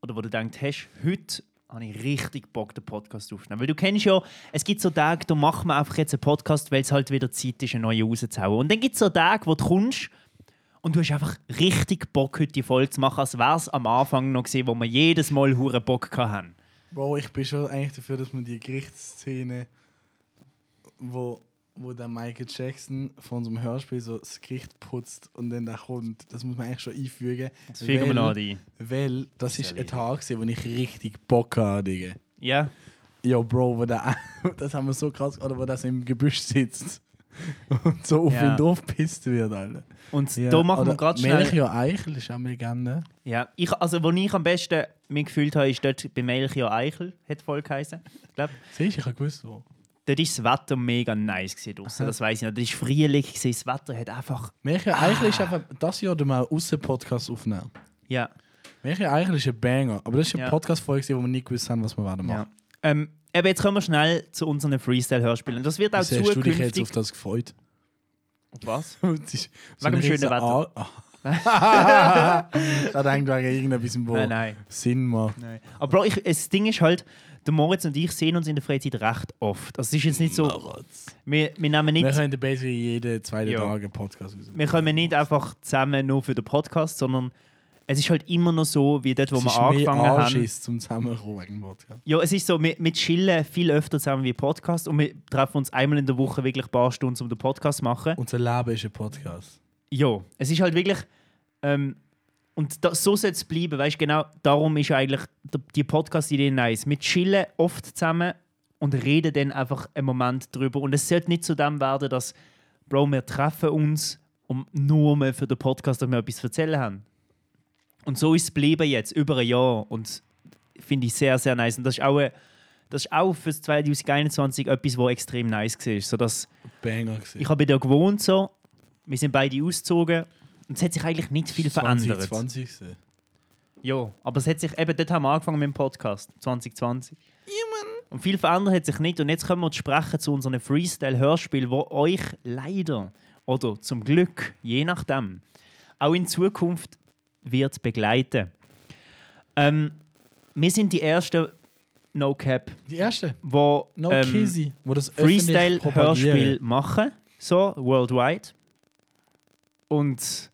[SPEAKER 3] oder wo du gedacht hast, heute habe ich richtig Bock, den Podcast aufzunehmen. Weil du kennst ja, es gibt so Tage, da macht man einfach jetzt einen Podcast, weil es halt wieder Zeit ist, einen neuen rauszuhauen. Und dann gibt es so Tage, wo du kommst und du hast einfach richtig Bock, heute die Folge zu machen, als wäre es am Anfang noch gesehen, wo wir jedes Mal hure Bock gehabt haben.
[SPEAKER 1] Bro, ich bin schon eigentlich dafür, dass man die Gerichtsszene, wo, wo der Michael Jackson von unserem Hörspiel so das Gericht putzt und dann da kommt, das muss man eigentlich schon einfügen.
[SPEAKER 3] Das fügen wir noch ein.
[SPEAKER 1] Weil das ist ein Tag, gewesen, wo ich richtig Bock hatte. Digga.
[SPEAKER 3] Ja.
[SPEAKER 1] Ja, Bro, wo der, (laughs) das haben wir so krass, oder wo das im Gebüsch sitzt (laughs) und so auf
[SPEAKER 3] Ja.
[SPEAKER 1] ihn draufgepisst wird, Alter.
[SPEAKER 3] Und da machen wir
[SPEAKER 1] oder
[SPEAKER 3] grad schnell-
[SPEAKER 1] Melchior Eichel ist auch eine Legende.
[SPEAKER 3] Ja, ich, also, wo ich am besten mich gefühlt habe, ist dort bei Melchior Eichel, hat voll geheißen. Ich glaube.
[SPEAKER 1] Siehst du, ich habe gewusst, wo.
[SPEAKER 3] Dort war das Wetter mega nice gewesen draussen,
[SPEAKER 1] Aha.
[SPEAKER 3] das weiß ich noch. Das war Frühling, gewesen, das Wetter hat einfach.
[SPEAKER 1] Melchior Eichel ist einfach das Jahr, da mal außen Podcast aufnehmen.
[SPEAKER 3] Ja.
[SPEAKER 1] Welche eigentlich ist ein Banger, aber das ist eine
[SPEAKER 3] Ja.
[SPEAKER 1] Podcast-Folge, gewesen, wo wir nicht gewusst haben, was wir machen.
[SPEAKER 3] ja. Ähm, aber jetzt kommen wir schnell zu unseren Freestyle-Hörspielen. Das wird auch
[SPEAKER 1] Wieso hast du dich jetzt
[SPEAKER 3] zukünftig.
[SPEAKER 1] auf das gefreut? (laughs)
[SPEAKER 3] Auf was?
[SPEAKER 1] Wegen
[SPEAKER 3] Wegen dem schönen Wetter.
[SPEAKER 1] Ah. (laughs) da denkt wegen irgendetwas im
[SPEAKER 3] Nein, nein.
[SPEAKER 1] Sinn macht.
[SPEAKER 3] Nein. Aber Bro, ich, das Ding ist halt, der Moritz und ich sehen uns in der Freizeit recht oft. Also es ist jetzt nicht so. Wir, wir nehmen
[SPEAKER 1] Wir
[SPEAKER 3] nicht.
[SPEAKER 1] können basically jeden zweiten
[SPEAKER 3] Ja.
[SPEAKER 1] Tag einen Podcast raus.
[SPEAKER 3] Wir kommen nicht einfach zusammen nur für den Podcast, sondern es ist halt immer noch so, wie dort, wo
[SPEAKER 1] Es
[SPEAKER 3] wir
[SPEAKER 1] ist
[SPEAKER 3] angefangen
[SPEAKER 1] mehr
[SPEAKER 3] haben.
[SPEAKER 1] Anschiss zum Zusammenkommen wegen dem Podcast.
[SPEAKER 3] Ja, es ist so, wir, wir chillen viel öfter zusammen wie Podcast und wir treffen uns einmal in der Woche wirklich ein paar Stunden, um den Podcast zu machen.
[SPEAKER 1] Unser Leben ist ein Podcast.
[SPEAKER 3] Ja, es ist halt wirklich. Ähm, und da, so soll es bleiben, weißt du, genau darum ist eigentlich d- die Podcast-Idee nice. Wir chillen oft zusammen und reden dann einfach einen Moment drüber. Und es sollte nicht zu dem werden, dass, Bro, wir treffen uns, um nur mal für den Podcast, dass wir etwas zu erzählen haben. Und so ist es geblieben jetzt, über ein Jahr. Und finde ich sehr, sehr nice. Und das ist auch, äh, das ist auch für 2021 etwas, was extrem nice war. Sodass
[SPEAKER 1] Banger
[SPEAKER 3] ich habe da gewohnt so, wir sind beide ausgezogen und es hat sich eigentlich nicht viel verändert.
[SPEAKER 1] 2020.
[SPEAKER 3] Ja, aber es hat sich eben, dort haben wir angefangen mit dem Podcast, 2020. Und viel verändert hat sich nicht. Und jetzt kommen wir zu sprechen zu unserem Freestyle-Hörspiel, wo euch leider oder zum Glück, je nachdem, auch in Zukunft wird begleiten. Ähm, wir sind die ersten No Cap,
[SPEAKER 1] Die erste.
[SPEAKER 3] wo ähm,
[SPEAKER 1] No Kizzy, wo das öffentlich
[SPEAKER 3] Freestyle-Hörspiel
[SPEAKER 1] propagieren.
[SPEAKER 3] machen, so worldwide. Und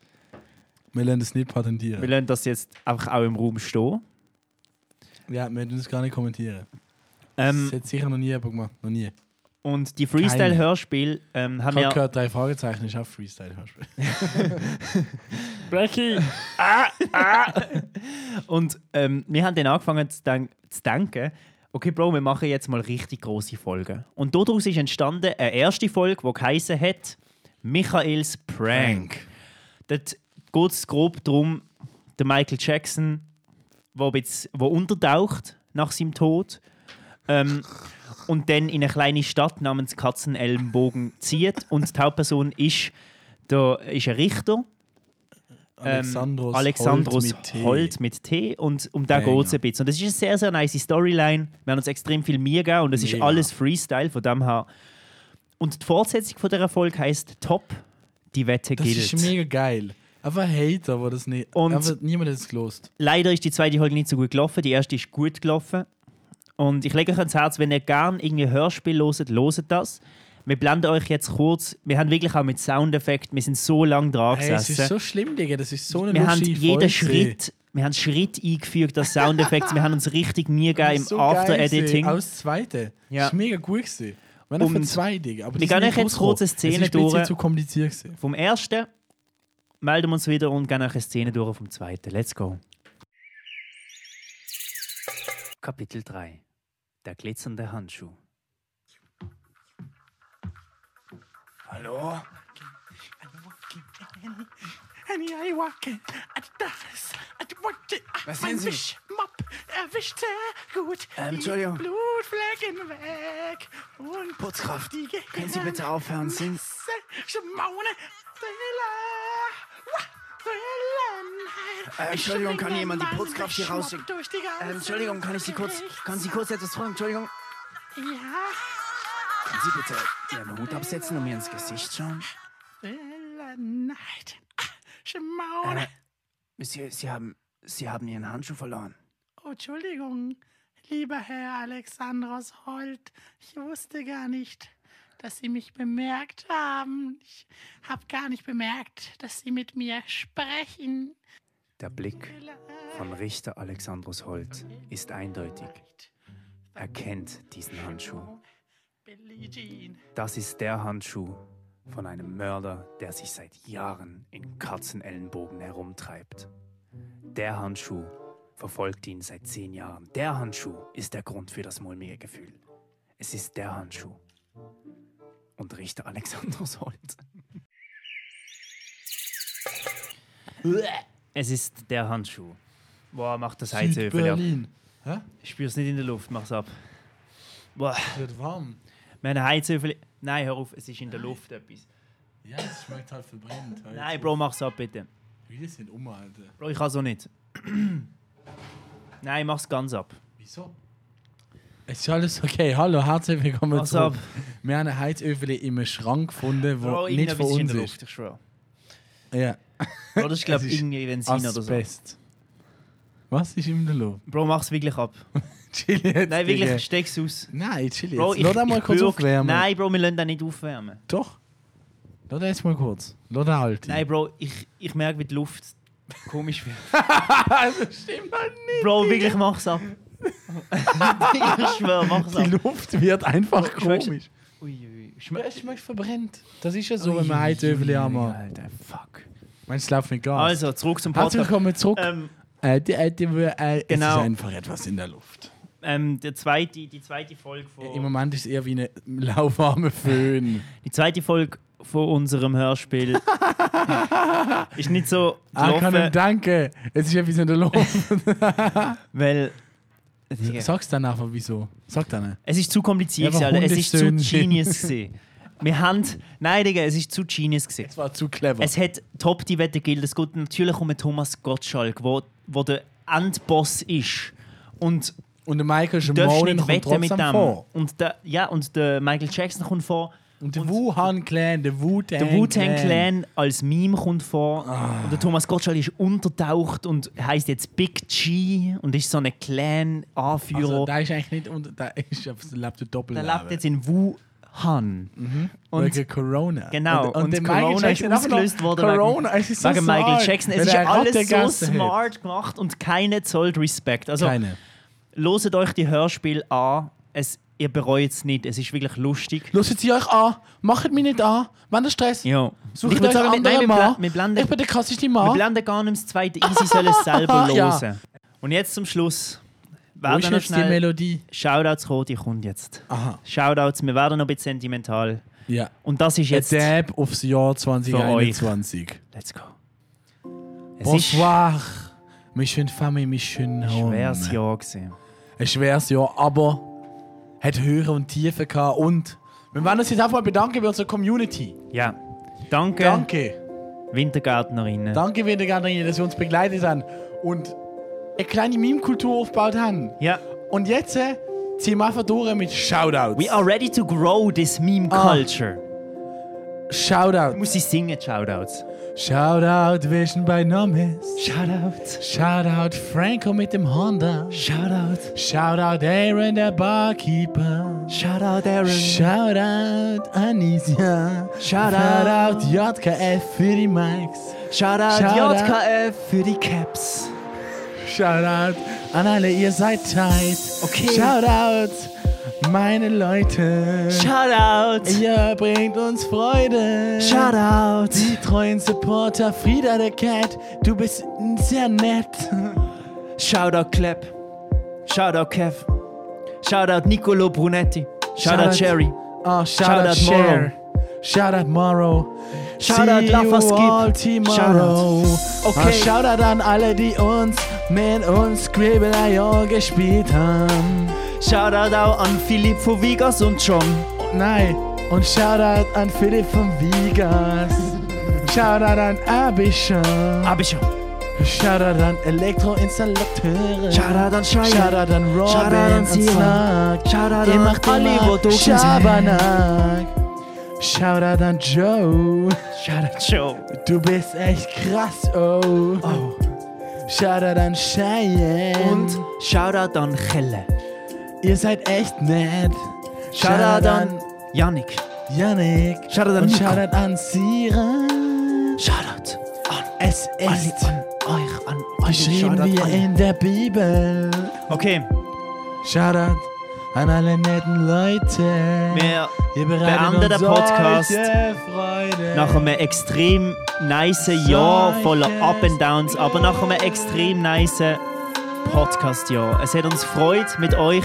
[SPEAKER 1] Wir lernen es nicht patentieren.
[SPEAKER 3] wir lassen das jetzt einfach auch im Raum stehen.
[SPEAKER 1] Ja, wir dürfen es gar nicht kommentieren.
[SPEAKER 3] Ähm,
[SPEAKER 1] das hat sicher noch nie jemand gemacht. Noch nie.
[SPEAKER 3] Und die Freestyle-Hörspiele ähm, haben
[SPEAKER 1] ich
[SPEAKER 3] wir.
[SPEAKER 1] habe gehört, drei Fragezeichen ist auch Freestyle-Hörspiel.
[SPEAKER 7] Blackie!
[SPEAKER 3] Ah, ah. Und ähm, wir haben dann angefangen zu, denk zu denken, okay, Bro, wir machen jetzt mal richtig große Folgen. Und daraus ist entstanden eine erste Folge, die geheißen hat
[SPEAKER 1] (laughs)
[SPEAKER 3] Michaels Prank. Dort geht es grob darum, der Michael Jackson, der ein bisschen- der untertaucht nach seinem Tod ähm, und dann in eine kleine Stadt namens Katzenellenbogen zieht. Und die Hauptperson ist, der, ist ein Richter.
[SPEAKER 1] Alexandros
[SPEAKER 3] Ähm, Alexandros
[SPEAKER 1] Holt mit T.
[SPEAKER 3] Holt, mit T. Und um da
[SPEAKER 1] Banger.
[SPEAKER 3] geht es ein bisschen. Und das ist eine sehr, sehr nice Storyline. Wir haben uns extrem viel Mühe gegeben und es ist
[SPEAKER 1] Mega.
[SPEAKER 3] alles Freestyle von dem her. Und die Fortsetzung von dieser Folge heißt Top, die Wette
[SPEAKER 1] Das
[SPEAKER 3] gilt.
[SPEAKER 1] ist mega geil. Einfach Hater, wo das nicht.
[SPEAKER 3] Und-
[SPEAKER 1] einfach, niemand hat es gelost.
[SPEAKER 3] Leider ist die zweite Folge nicht so gut gelaufen, die erste ist gut gelaufen. Und ich lege euch ans Herz, wenn ihr gerne irgendwie Hörspiel loset, loset das. Wir blenden euch jetzt kurz. Wir haben wirklich auch mit Soundeffekt, wir sind so lange dran
[SPEAKER 1] Hey, es ist
[SPEAKER 3] gesessen.
[SPEAKER 1] so schlimm, Digga. Das ist so eine
[SPEAKER 3] wir haben
[SPEAKER 1] lustige
[SPEAKER 3] jeden
[SPEAKER 1] Folge gewesen.
[SPEAKER 3] Schritt, wir haben Schritt eingefügt, das Soundeffekt. wir haben uns richtig Mühe
[SPEAKER 1] Das
[SPEAKER 3] gegeben im
[SPEAKER 1] ist so geil gewesen.
[SPEAKER 3] After-Editing.
[SPEAKER 1] Auch das zweite.
[SPEAKER 3] Ja.
[SPEAKER 1] Das ist mega gut gewesen. Wenn auch für
[SPEAKER 3] Und
[SPEAKER 1] zwei, Digga. Aber
[SPEAKER 3] wir
[SPEAKER 1] die
[SPEAKER 3] gehen
[SPEAKER 1] sind
[SPEAKER 3] euch jetzt
[SPEAKER 1] rausgekommen.
[SPEAKER 3] kurz eine Szene
[SPEAKER 1] Es ist ein bisschen
[SPEAKER 3] durch.
[SPEAKER 1] zu kompliziert gewesen.
[SPEAKER 3] Vom ersten melden wir uns wieder und gehen euch eine Szene durch vom zweiten. Let's go. Kapitel 3 Der glitzernde Handschuh.
[SPEAKER 4] Hallo? Henny Aiwake, das ist,
[SPEAKER 11] Was sehen
[SPEAKER 4] mein
[SPEAKER 11] Sie?
[SPEAKER 4] Wischmopp erwischt sehr gut
[SPEAKER 11] Ähm,
[SPEAKER 4] die
[SPEAKER 11] Entschuldigung.
[SPEAKER 4] Blutflecken weg und
[SPEAKER 11] Putzkraft,
[SPEAKER 4] die
[SPEAKER 11] können Sie bitte aufhören, singen?
[SPEAKER 4] Schmaune, Thriller,
[SPEAKER 11] Äh, Entschuldigung, kann jemand die Putzkraft hier raus-
[SPEAKER 4] rausziehen? Durch die
[SPEAKER 11] Äh,
[SPEAKER 4] ganze
[SPEAKER 11] Entschuldigung, kann ich Sie kurz, kann Sie kurz etwas fragen? Entschuldigung.
[SPEAKER 4] Ja.
[SPEAKER 11] Können Sie bitte Ihren Hut absetzen und mir ins Gesicht schauen?
[SPEAKER 4] Night. Simone.
[SPEAKER 11] Äh, Monsieur, Sie haben, Sie haben Ihren Handschuh verloren.
[SPEAKER 4] Oh, Entschuldigung, lieber Herr Alexandros Holt. Ich wusste gar nicht, dass Sie mich bemerkt haben. Ich habe gar nicht bemerkt, dass Sie mit mir sprechen.
[SPEAKER 11] Der Blick von Richter Alexandros Holt ist eindeutig. Er kennt diesen Handschuh.
[SPEAKER 4] Billie Jean.
[SPEAKER 11] Das ist der Handschuh von einem Mörder, der sich seit Jahren in Katzenellenbogen herumtreibt. Der Handschuh verfolgt ihn seit zehn Jahren. Der Handschuh ist der Grund für das mulmige Gefühl. Es ist der Handschuh. Und Richter
[SPEAKER 3] (laughs)
[SPEAKER 11] Alexandros Holt.
[SPEAKER 3] Es ist der Handschuh. Boah, mach das Heizöfen ab.
[SPEAKER 1] Berlin. Hä?
[SPEAKER 3] Ich spür's nicht in der Luft, mach's ab. Boah.
[SPEAKER 1] Wird warm.
[SPEAKER 3] Meine Heizöfen. Nein, hör auf, es ist in der Luft etwas.
[SPEAKER 1] Ja, es schmeckt halt verbrennt.
[SPEAKER 3] Nein, Bro, mach's ab, bitte.
[SPEAKER 1] Wie sind um, Alter.
[SPEAKER 3] Bro, ich kann so nicht. (clears throat) Nein, mach's ganz ab.
[SPEAKER 1] Wieso? Es ist alles okay. Hallo, herzlich willkommen
[SPEAKER 3] Was
[SPEAKER 1] zurück.
[SPEAKER 3] ab?
[SPEAKER 1] Wir haben ein Heizöfen im Schrank gefunden, wo
[SPEAKER 3] Bro,
[SPEAKER 1] nicht von
[SPEAKER 3] irgendetwas ist in
[SPEAKER 1] uns
[SPEAKER 3] der
[SPEAKER 1] ist.
[SPEAKER 3] Luft, ich schwöre.
[SPEAKER 1] Ja.
[SPEAKER 3] Bro, das ist, glaub
[SPEAKER 1] Es
[SPEAKER 3] ich, irgendwie Benzin oder so.
[SPEAKER 1] Asbest. Was ist in der
[SPEAKER 3] (laughs)
[SPEAKER 1] Luft?
[SPEAKER 3] Bro, mach's wirklich ab.
[SPEAKER 1] Chili jetzt,
[SPEAKER 3] Nein, wirklich,
[SPEAKER 1] Digga.
[SPEAKER 3] ich steck's aus.
[SPEAKER 1] Nein, Chili
[SPEAKER 3] Bro,
[SPEAKER 1] jetzt. Lass den mal kurz
[SPEAKER 3] bürg-
[SPEAKER 1] aufwärmen.
[SPEAKER 3] Nein, Bro, wir lassen den nicht aufwärmen.
[SPEAKER 1] Doch. Lass den jetzt mal kurz. Lass den halt.
[SPEAKER 3] Nein, Bro, ich, ich merke, wie die Luft komisch wird.
[SPEAKER 1] (laughs) das stimmt halt nicht.
[SPEAKER 3] Bro, wirklich, mach's
[SPEAKER 1] (laughs)
[SPEAKER 3] ab. ich schwöre, mach's ab.
[SPEAKER 1] Die (laughs) Luft wird einfach
[SPEAKER 3] schmeckst-
[SPEAKER 1] komisch.
[SPEAKER 3] Uiuiui.
[SPEAKER 1] Ja, es schmeckt verbrennt. Das ist ja so, wenn man Heizöfen haben.
[SPEAKER 11] Alter, fuck.
[SPEAKER 1] Meinst du, es läuft mit Gas?
[SPEAKER 3] Also, zurück zum
[SPEAKER 1] Herzlich
[SPEAKER 3] Podcast.
[SPEAKER 1] willkommen zurück.
[SPEAKER 3] Ähm,
[SPEAKER 1] Äh, die, äh, die, äh, es
[SPEAKER 3] Genau.
[SPEAKER 1] ist einfach etwas in der Luft.
[SPEAKER 3] ähm, der zweite, die zweite Folge von...
[SPEAKER 1] Im Moment ist es eher wie ein lauwarmer Föhn.
[SPEAKER 3] Die zweite Folge von unserem
[SPEAKER 1] (laughs)
[SPEAKER 3] Hörspiel ist nicht so
[SPEAKER 1] Ah, kann ihm
[SPEAKER 3] gelaufen,
[SPEAKER 1] danken. Es ist etwas in der
[SPEAKER 3] (laughs)
[SPEAKER 1] Luft.
[SPEAKER 3] weil
[SPEAKER 1] Sag's dann einfach, wieso. Sag dann.
[SPEAKER 3] es ist zu kompliziert,
[SPEAKER 1] Ja, aber
[SPEAKER 3] gewesen, Alter. Es ist zu
[SPEAKER 1] Hundesöhnchen.
[SPEAKER 3] genius gewesen. Wir haben... Nein, Digga, es ist zu genius gewesen.
[SPEAKER 1] Es war zu clever.
[SPEAKER 3] Es hat top die Wette gilt. Es geht natürlich um den Thomas Gottschalk, wo, wo der Endboss ist. Und
[SPEAKER 1] Und der Michael
[SPEAKER 3] darfst
[SPEAKER 1] Schmolen
[SPEAKER 3] nicht
[SPEAKER 1] kommt
[SPEAKER 3] wetten mit
[SPEAKER 1] trotzdem
[SPEAKER 3] dem.
[SPEAKER 1] vor.
[SPEAKER 3] Und der, ja, und der Michael Jackson kommt vor.
[SPEAKER 1] Und der Wuhan Clan, der Wu-Tang
[SPEAKER 3] Der Wu-Tang Clan als Meme kommt vor.
[SPEAKER 1] Ah.
[SPEAKER 3] Und der Thomas Gottschalk ist untertaucht und heißt jetzt Big G und ist so ein Clan-Anführer.
[SPEAKER 1] Also, da ist eigentlich nicht unter. Da ist einfach der lebt der
[SPEAKER 3] der
[SPEAKER 1] Doppelleben.
[SPEAKER 3] lebt jetzt in Wuhan.
[SPEAKER 1] Mhm.
[SPEAKER 3] Und
[SPEAKER 1] Wegen Corona.
[SPEAKER 3] Genau,
[SPEAKER 1] Und, und, der
[SPEAKER 3] und
[SPEAKER 1] Michael
[SPEAKER 3] Corona ist
[SPEAKER 1] Jackson einfach noch-
[SPEAKER 3] ausgelöst worden wegen-
[SPEAKER 1] Corona, es ist so
[SPEAKER 3] wegen Michael
[SPEAKER 1] smart,
[SPEAKER 3] Jackson.
[SPEAKER 1] wenn
[SPEAKER 3] Es ist
[SPEAKER 1] er
[SPEAKER 3] alles
[SPEAKER 1] Ratten
[SPEAKER 3] so
[SPEAKER 1] gegessen hat.
[SPEAKER 3] smart gemacht und keiner zollt Respekt. Also,
[SPEAKER 1] Keine.
[SPEAKER 3] loset euch die Hörspiele an. Es, ihr bereut es nicht. Es ist wirklich lustig.
[SPEAKER 1] Hört sie euch an. Macht mich nicht an. Wenn ihr Stress.
[SPEAKER 3] Ja.
[SPEAKER 1] Sucht
[SPEAKER 3] Nicht
[SPEAKER 1] euch einen
[SPEAKER 3] euch mit- nein,
[SPEAKER 1] anderen
[SPEAKER 3] wir bla-
[SPEAKER 1] Mann.
[SPEAKER 3] wir blenden-
[SPEAKER 1] Ich bin der krasseste
[SPEAKER 3] Wir
[SPEAKER 1] Mann.
[SPEAKER 3] blenden gar nicht das zweite ein. Sie sollen
[SPEAKER 1] (laughs)
[SPEAKER 3] es selber hören.
[SPEAKER 1] Ja.
[SPEAKER 3] Und jetzt zum Schluss.
[SPEAKER 1] Wo
[SPEAKER 3] Wer
[SPEAKER 1] ist
[SPEAKER 3] da noch
[SPEAKER 1] jetzt die
[SPEAKER 3] schnell.
[SPEAKER 1] Melodie?
[SPEAKER 3] Shoutouts, Roti kommt jetzt.
[SPEAKER 1] Aha.
[SPEAKER 3] Shoutouts, wir werden noch ein bisschen sentimental.
[SPEAKER 1] Ja.
[SPEAKER 3] Und das ist
[SPEAKER 1] Jetzt.
[SPEAKER 3] jetzt.
[SPEAKER 1] Dab aufs Jahr 2021.
[SPEAKER 3] Let's go. Es ist
[SPEAKER 1] Bonsoir. Mein schöner Family, mein schöner
[SPEAKER 3] ein
[SPEAKER 1] Home.
[SPEAKER 3] schweres Jahr gewesen.
[SPEAKER 1] Ein schweres Jahr, aber hat Höhe und Tiefe gehabt. Und wir wollen uns jetzt einfach mal bedanken bei unserer Community.
[SPEAKER 3] Ja. Danke,
[SPEAKER 1] Danke.
[SPEAKER 3] Wintergärtnerinnen.
[SPEAKER 1] Danke, wieder Gabriele, dass ihr uns begleitet haben und eine kleine Meme-Kultur aufgebaut haben.
[SPEAKER 3] ja.
[SPEAKER 1] Und jetzt äh, ziehen wir einfach durch mit Shoutouts.
[SPEAKER 3] We are ready to grow this meme
[SPEAKER 1] Ah.
[SPEAKER 3] culture.
[SPEAKER 1] Shoutout.
[SPEAKER 3] Muss ich singen, Shoutouts.
[SPEAKER 1] Shoutout Vision by Nomis.
[SPEAKER 3] Shoutouts.
[SPEAKER 1] Shoutout Franco mit dem Honda.
[SPEAKER 3] Shoutout.
[SPEAKER 1] Shoutout Aaron, der Barkeeper.
[SPEAKER 3] Shoutout, Aaron.
[SPEAKER 1] Shoutout Anisia. Shoutout JKF für die Mikes.
[SPEAKER 3] Shoutout,
[SPEAKER 1] Shoutout.
[SPEAKER 3] JKF für die Caps.
[SPEAKER 1] Shoutout an alle, ihr seid tight.
[SPEAKER 3] Okay.
[SPEAKER 1] Shoutout meine Leute.
[SPEAKER 3] Shoutout.
[SPEAKER 1] ihr bringt uns Freude.
[SPEAKER 3] Shoutout.
[SPEAKER 1] Die treuen Supporter, Frieda der Cat, du bist sehr nett.
[SPEAKER 3] Shoutout, Clap. Shoutout, Kev. Shoutout, Nicolo Brunetti. Shoutout,
[SPEAKER 1] Shoutout.
[SPEAKER 3] Cherry.
[SPEAKER 1] Oh, shoutout
[SPEAKER 3] Shoutout
[SPEAKER 1] Cher. Shoutout Morrow.
[SPEAKER 3] Shoutout
[SPEAKER 1] See you
[SPEAKER 3] Laffa Skip.
[SPEAKER 1] all tomorrow.
[SPEAKER 3] Okay.
[SPEAKER 1] Okay. Oh, shoutout an alle, die uns mit uns Scribble.io gespielt haben.
[SPEAKER 3] Shoutout auch an Philipp von Vigas und John.
[SPEAKER 1] Nein. Und shoutout an Philipp von Vigas. Shoutout an Abishan.
[SPEAKER 3] Aber schon.
[SPEAKER 1] Shoutout an Elektroinstallateure.
[SPEAKER 4] Shoutout an Schreier.
[SPEAKER 1] Shoutout an Robin
[SPEAKER 4] Shoutout an
[SPEAKER 1] und
[SPEAKER 4] Simon.
[SPEAKER 1] Snack.
[SPEAKER 4] Shoutout
[SPEAKER 1] Ihr
[SPEAKER 4] an
[SPEAKER 1] macht
[SPEAKER 4] alle,
[SPEAKER 1] immer
[SPEAKER 4] die da sind.
[SPEAKER 1] Schabernack. Shoutout an Joe. Shoutout
[SPEAKER 3] Joe.
[SPEAKER 1] Du bist echt krass, oh. oh. Shoutout an Cheyenne.
[SPEAKER 3] Und Shoutout an Kelle.
[SPEAKER 1] Ihr seid echt nett.
[SPEAKER 3] Shoutout an Yannick.
[SPEAKER 1] Yannick.
[SPEAKER 3] Shoutout an
[SPEAKER 1] Und
[SPEAKER 3] Nico.
[SPEAKER 1] Shoutout an Sira.
[SPEAKER 3] Shoutout an
[SPEAKER 1] Es ist
[SPEAKER 3] euch, an
[SPEAKER 1] geschrieben
[SPEAKER 3] Shoutout
[SPEAKER 1] wie
[SPEAKER 3] an-
[SPEAKER 1] in der Bibel.
[SPEAKER 3] Okay.
[SPEAKER 1] Shoutout an alle netten Leute.
[SPEAKER 3] Wir
[SPEAKER 1] Ihr bereitet
[SPEAKER 3] beenden
[SPEAKER 1] uns
[SPEAKER 3] den Podcast
[SPEAKER 1] solche Freude.
[SPEAKER 3] Nach einem extrem nice Jahr voller Up and Downs, aber nach einem extrem nice Podcast-Jahr. Es hat uns gefreut, mit euch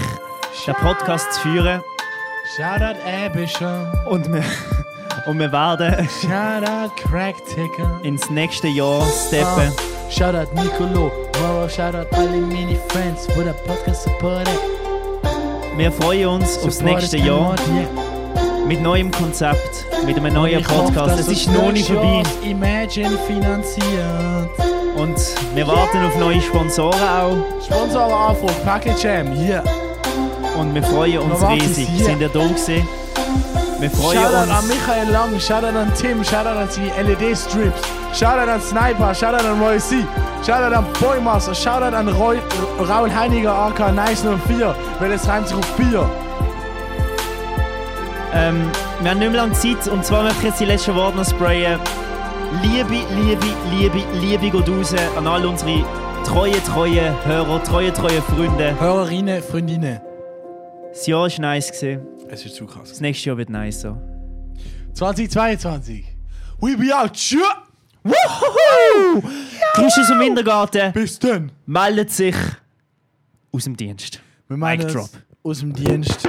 [SPEAKER 3] den Podcast zu führen.
[SPEAKER 1] Shoutout Abisher.
[SPEAKER 3] Und wir, und wir werden
[SPEAKER 1] Shoutout Crackticker.
[SPEAKER 3] ins nächste Jahr steppen.
[SPEAKER 1] Shoutout Nicolo. Moro. Shoutout alle Mini-Friends, wo der Podcast supportet.
[SPEAKER 3] Wir freuen uns aufs nächste Jahr mit neuem Konzept, mit einem neuen Podcast. Es ist noch nicht vorbei.
[SPEAKER 1] Imagine finanziert.
[SPEAKER 3] Und wir warten auf neue Sponsoren auch.
[SPEAKER 1] Sponsor aber Anfrage, Package Jam, hier.
[SPEAKER 3] Und wir freuen uns
[SPEAKER 1] Novartis,
[SPEAKER 3] riesig.
[SPEAKER 1] hier.
[SPEAKER 3] Sind ihr da gewesen? Wir freuen
[SPEAKER 1] Shoutout an
[SPEAKER 3] uns.
[SPEAKER 1] Michael Lang, Shoutout an Tim, Shoutout an E seine LED-Strips, Shoutout an Sniper, Shoutout an Roy C, Shoutout an Boymaster, Shoutout an Roy, Raul Heiniger, AK Nice 04, weil es reimt sich auf Bier.
[SPEAKER 3] Ähm, wir haben nicht mehr lange Zeit und zwar möchte ich jetzt die letzten Worte noch sprayen. Liebe, Liebe, Liebe, Liebe geht raus an all unsere treue, treue Hörer, treue, treue Freunde.
[SPEAKER 1] Hörerinnen, Freundinnen.
[SPEAKER 3] Das Jahr war nice. Gewesen.
[SPEAKER 1] Es ist zu krass.
[SPEAKER 3] Das nächste Jahr wird nicer.
[SPEAKER 1] 2022. We be out. Tschö.
[SPEAKER 3] Woohoo! Grüße aus dem Kindergarten.
[SPEAKER 1] Bis dann.
[SPEAKER 3] Meldet sich aus dem Dienst.
[SPEAKER 1] Wir meinen
[SPEAKER 3] Mic
[SPEAKER 1] es aus dem Dienst.